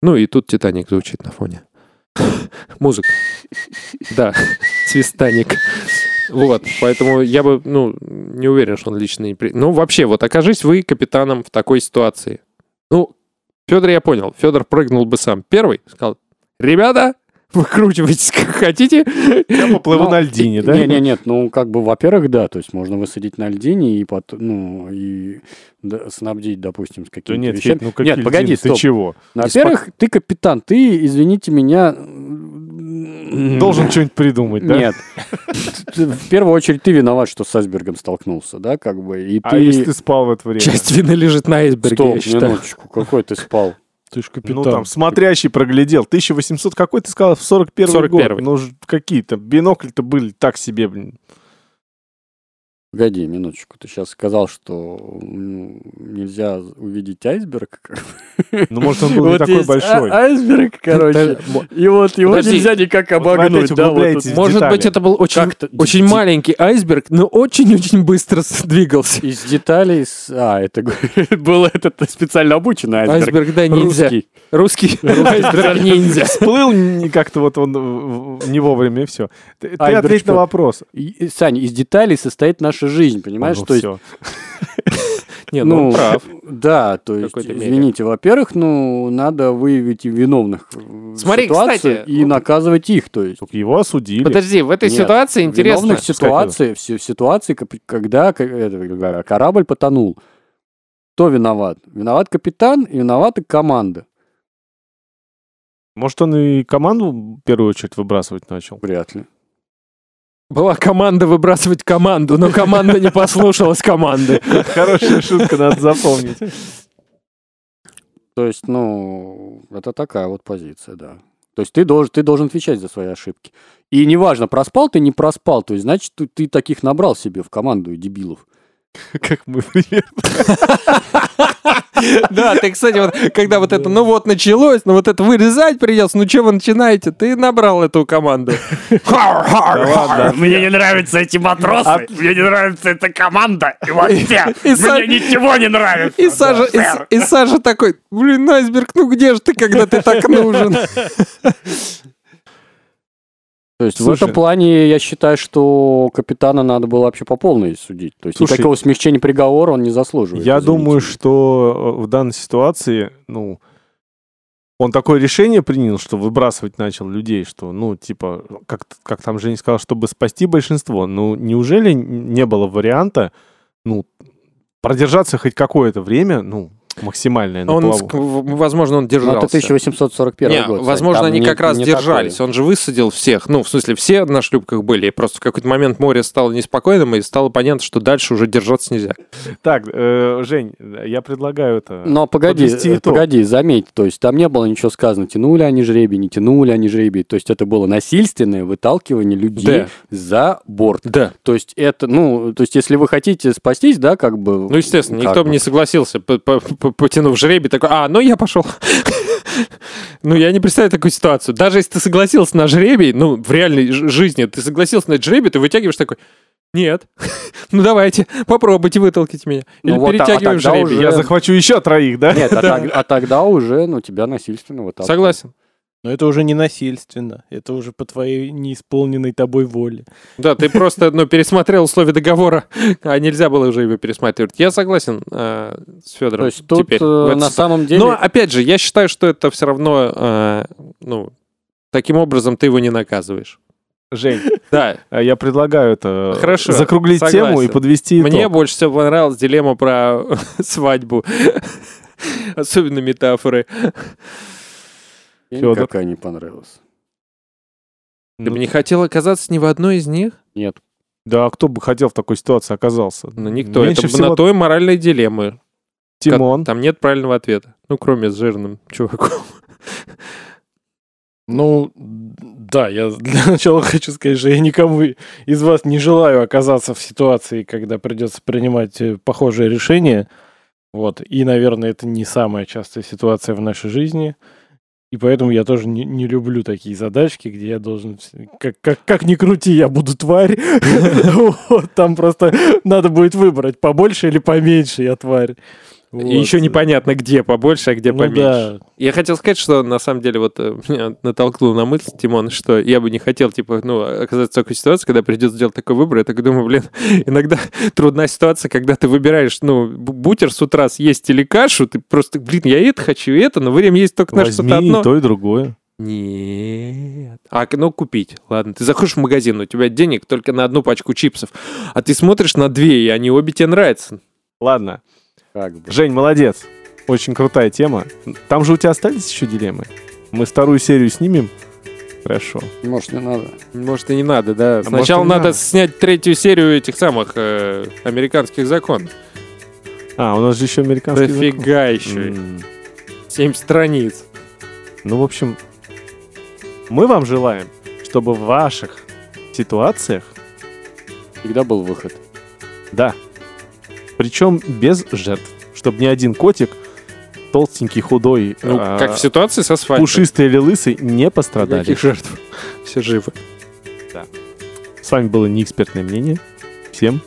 [SPEAKER 8] Ну, и тут «Титаник» звучит на фоне. Музыка. Да, свистаник. Вот, поэтому я бы, ну, не уверен, что он лично не... при- Ну, вообще, вот окажись вы капитаном в такой ситуации. Ну, Федор, я понял, Федор прыгнул бы сам первый, сказал, ребята, выкручивайтесь как хотите.
[SPEAKER 3] Я поплыву
[SPEAKER 8] Ну,
[SPEAKER 3] на льдине, да?
[SPEAKER 4] Не, не, нет, ну как бы, во-первых, да, то есть можно высадить на льдине и потом, ну и да, снабдить, допустим, с
[SPEAKER 3] Да
[SPEAKER 4] какими-то
[SPEAKER 3] нет,
[SPEAKER 4] вещами.
[SPEAKER 3] Федь, ну какие
[SPEAKER 4] нет, погоди,
[SPEAKER 3] льдины?
[SPEAKER 4] стоп.
[SPEAKER 3] Ты чего?
[SPEAKER 4] Во-первых, ты капитан, ты, извините меня, м,
[SPEAKER 3] Должен что-нибудь придумать, да?
[SPEAKER 4] Нет. Ты- В первую очередь ты виноват, что с Айсбергом столкнулся, да, как бы. И
[SPEAKER 3] А если ты
[SPEAKER 4] ты...
[SPEAKER 3] спал в это время?
[SPEAKER 8] Часть вины лежит на айсберге,
[SPEAKER 4] Стоп,
[SPEAKER 8] я считаю.
[SPEAKER 4] минуточку, какой ты спал?
[SPEAKER 1] Ты ж капитан.
[SPEAKER 3] Ну там смотрящий проглядел. 1800 какой ты сказал? В 41 год.
[SPEAKER 8] 41-й.
[SPEAKER 3] Ну ж какие-то бинокль-то были так себе, блин.
[SPEAKER 4] Погоди, минуточку, ты сейчас сказал, что ну, нельзя увидеть айсберг.
[SPEAKER 3] Ну может он был не
[SPEAKER 4] Вот
[SPEAKER 3] такой
[SPEAKER 4] есть
[SPEAKER 3] большой.
[SPEAKER 4] а- айсберг, короче. И вот его
[SPEAKER 8] Подожди.
[SPEAKER 4] нельзя никак
[SPEAKER 3] Вот вы опять
[SPEAKER 4] обогнуть. да, вот
[SPEAKER 3] углубляетесь
[SPEAKER 4] тут.
[SPEAKER 3] в
[SPEAKER 8] Может
[SPEAKER 3] детали.
[SPEAKER 8] быть, это был очень,
[SPEAKER 4] Как-то-
[SPEAKER 8] очень
[SPEAKER 4] ди-
[SPEAKER 8] маленький айсберг, но очень-очень быстро двигался.
[SPEAKER 4] Из деталей... с- А, это говорит, был этот специально обученный айсберг.
[SPEAKER 8] Айсберг, да, ниндзя.
[SPEAKER 4] Русский.
[SPEAKER 8] Русский айсберг ниндзя.
[SPEAKER 3] Всплыл не- как-то вот он в- в- не вовремя, и все. Ты, ты
[SPEAKER 4] Айсберг
[SPEAKER 3] ответь на
[SPEAKER 4] что? Ну,
[SPEAKER 3] вопрос.
[SPEAKER 4] И- и, Сань, из деталей состоит наша жизнь, понимаешь?
[SPEAKER 3] Ну,
[SPEAKER 4] То есть
[SPEAKER 3] всё.
[SPEAKER 8] Не, ну, он прав.
[SPEAKER 4] Да, то есть,
[SPEAKER 8] какой-то мере.
[SPEAKER 4] извините, во-первых, ну, надо выявить и виновных в
[SPEAKER 8] Смотри,
[SPEAKER 4] ситуации
[SPEAKER 8] кстати,
[SPEAKER 4] и
[SPEAKER 8] вот-
[SPEAKER 4] наказывать их, то есть.
[SPEAKER 3] Только его осудили.
[SPEAKER 8] Подожди, в этой
[SPEAKER 4] Нет,
[SPEAKER 8] ситуации интересно.
[SPEAKER 4] Виновных ситуации, в си- ситуации, кап- когда к- это, корабль потонул. Кто виноват? Виноват капитан и виновата команда.
[SPEAKER 3] Может, он и команду в первую очередь выбрасывать начал?
[SPEAKER 4] Вряд ли.
[SPEAKER 2] Была команда выбрасывать команду, но команда не послушалась команды.
[SPEAKER 3] Хорошая шутка, надо запомнить.
[SPEAKER 4] То есть, ну, это такая вот позиция, да. То есть ты должен, ты должен отвечать за свои ошибки. И неважно, проспал ты, не проспал, то есть, значит, ты, ты таких набрал себе в команду дебилов.
[SPEAKER 3] Как мы пример.
[SPEAKER 8] Да, ты, кстати, вот когда вот это, ну вот началось, ну вот это вырезать придется, ну что вы начинаете? Ты набрал эту команду.
[SPEAKER 5] Мне не нравятся эти матросы, мне не нравится эта команда, и вообще,
[SPEAKER 8] А- и Сань-
[SPEAKER 5] мне ничего не нравится.
[SPEAKER 8] И Саша, и,
[SPEAKER 5] Сэр.
[SPEAKER 8] С- и Саша такой, блин, айсберг, ну где же ты, когда ты так нужен?
[SPEAKER 4] То есть в
[SPEAKER 3] Слушай.
[SPEAKER 4] этом плане я считаю, что капитана надо было вообще по полной судить. То есть
[SPEAKER 3] Слушай,
[SPEAKER 4] никакого смягчения приговора он не заслуживает.
[SPEAKER 3] Я
[SPEAKER 4] извините. Ну,
[SPEAKER 3] думаю, что э, в данной ситуации, ну, он такое решение принял, что выбрасывать начал людей, что, ну, типа, как, как там Женя сказал, чтобы спасти большинство. Ну, неужели не было варианта, ну, продержаться хоть какое-то время, ну, максимальная на
[SPEAKER 8] Он,
[SPEAKER 3] плаву.
[SPEAKER 8] ск- в- возможно, он
[SPEAKER 4] Ну, это
[SPEAKER 8] держался.
[SPEAKER 4] 1841
[SPEAKER 8] Не,
[SPEAKER 4] год. Сань,
[SPEAKER 8] возможно,
[SPEAKER 4] там
[SPEAKER 8] они
[SPEAKER 4] не-
[SPEAKER 8] как раз
[SPEAKER 4] не такой.
[SPEAKER 8] держались. Он же высадил всех. Ну, в смысле, все на шлюпках были. И просто в какой-то момент море стало неспокойным, и стало понятно, что дальше уже держаться нельзя.
[SPEAKER 3] Так, э, Жень, я предлагаю это.
[SPEAKER 8] А,
[SPEAKER 4] Но погоди,
[SPEAKER 3] подвести
[SPEAKER 4] э,
[SPEAKER 3] итог.
[SPEAKER 4] погоди, заметь, то есть там не было ничего сказано, тянули они жребий, не тянули они жребий, то есть это было насильственное выталкивание людей
[SPEAKER 8] Да.
[SPEAKER 4] за борт.
[SPEAKER 8] Да.
[SPEAKER 4] То есть это, ну, то есть если вы хотите спастись, да, как бы...
[SPEAKER 8] Ну, естественно,
[SPEAKER 4] как
[SPEAKER 8] никто бы
[SPEAKER 4] бы.
[SPEAKER 8] не согласился, п- п- п- потянув жребий, такой, а, ну я пошел. Ну, я не представляю такую ситуацию. Даже если ты согласился на жребий, ну, в реальной ж- жизни, ты согласился на этот жребий, ты вытягиваешь такой, нет, ну давайте, попробуйте вытолкать меня. Или
[SPEAKER 4] Ну вот, а- а
[SPEAKER 8] перетягиваем
[SPEAKER 4] тогда
[SPEAKER 8] жребий.
[SPEAKER 4] уже-
[SPEAKER 3] Я
[SPEAKER 8] Я
[SPEAKER 3] захвачу еще троих, да?
[SPEAKER 4] Нет, а, так- а тогда уже, ну, тебя насильственно
[SPEAKER 8] за-
[SPEAKER 4] выталкивают.
[SPEAKER 8] Согласен.
[SPEAKER 1] Но это уже не насильственно. Это уже по твоей неисполненной тобой воле.
[SPEAKER 8] Да, ты просто, ну, пересмотрел условия договора, а нельзя было уже его пересматривать. Я согласен э, с
[SPEAKER 4] То
[SPEAKER 8] Федором
[SPEAKER 4] есть тут
[SPEAKER 8] теперь. Ну,
[SPEAKER 4] э,
[SPEAKER 8] в этой
[SPEAKER 4] на
[SPEAKER 8] ситуации.
[SPEAKER 4] самом деле...
[SPEAKER 8] Но опять же, я считаю, что это все равно, э, ну, таким образом ты его не наказываешь.
[SPEAKER 3] Жень,
[SPEAKER 8] Да,
[SPEAKER 3] э, я предлагаю это э,
[SPEAKER 8] Хорошо,
[SPEAKER 3] закруглить
[SPEAKER 8] согласен.
[SPEAKER 3] тему и подвести итог.
[SPEAKER 8] мне больше всего понравилась дилемма про свадьбу. Особенно метафоры.
[SPEAKER 4] Мне
[SPEAKER 3] Фёдор.
[SPEAKER 4] никакая не понравилась.
[SPEAKER 8] Ты бы не хотел оказаться ни в одной из них?
[SPEAKER 4] Нет.
[SPEAKER 3] Да, а кто бы хотел в такой ситуации оказался?
[SPEAKER 8] Ну, никто.
[SPEAKER 3] Меньше
[SPEAKER 8] это
[SPEAKER 3] всего-
[SPEAKER 8] на той моральной дилеммы. Ка-
[SPEAKER 3] Тимон.
[SPEAKER 8] Там нет правильного ответа. Ну, кроме с жирным чуваком.
[SPEAKER 1] Ну, да, я для начала хочу сказать, что я никому из вас не желаю оказаться в ситуации, когда придется принимать э, похожие решения. Вот. И, наверное, это не самая частая ситуация в нашей жизни. И поэтому я тоже не, не люблю такие задачки, где я должен... вс- Как, как, как ни крути, я буду тварь. Вот, Там просто надо будет выбрать, побольше или поменьше я тварь.
[SPEAKER 8] И
[SPEAKER 1] Вот.
[SPEAKER 8] еще непонятно, где побольше, а где
[SPEAKER 1] Ну
[SPEAKER 8] поменьше.
[SPEAKER 1] да.
[SPEAKER 8] Я хотел сказать, что на самом деле вот э, меня натолкнуло на мысль, Тимон, что я бы не хотел, типа, ну, оказаться в такой ситуации, когда придется делать такой выбор. Я так думаю, блин, иногда трудная ситуация, когда ты выбираешь, ну, бу- бутер с утра съесть или кашу, ты просто, блин, я и это хочу, и это, но время есть только на что-то
[SPEAKER 3] Возьми
[SPEAKER 8] одно.
[SPEAKER 3] и то, и другое.
[SPEAKER 8] Нет. А, к- ну, купить. Ладно, ты заходишь в магазин, у тебя денег только на одну пачку чипсов, а ты смотришь на две, и они обе тебе нравятся.
[SPEAKER 3] Ладно.
[SPEAKER 4] Как бы.
[SPEAKER 3] Жень, молодец. Очень крутая тема. Там же у тебя остались еще дилеммы? Мы вторую серию снимем? Хорошо.
[SPEAKER 4] Может, не надо.
[SPEAKER 8] А Может, и не надо, да?
[SPEAKER 3] может,
[SPEAKER 8] Сначала
[SPEAKER 3] и не
[SPEAKER 8] надо,
[SPEAKER 3] надо.
[SPEAKER 8] снять третью серию этих самых э, американских законов.
[SPEAKER 3] А, у нас же еще американский закон.
[SPEAKER 8] Дофига еще.
[SPEAKER 3] М.
[SPEAKER 8] 7 страниц.
[SPEAKER 3] Ну, в общем, мы вам желаем, чтобы в ваших ситуациях,
[SPEAKER 4] Всегда был выход.
[SPEAKER 3] да, причем без жертв, чтобы ни один котик толстенький, худой,
[SPEAKER 8] Ну,
[SPEAKER 3] а,
[SPEAKER 8] как в ситуации со свадьбой.
[SPEAKER 3] пушистый или лысый не пострадали.
[SPEAKER 8] Никаких жертв. Все живы.
[SPEAKER 3] С вами было неэкспертное мнение. Всем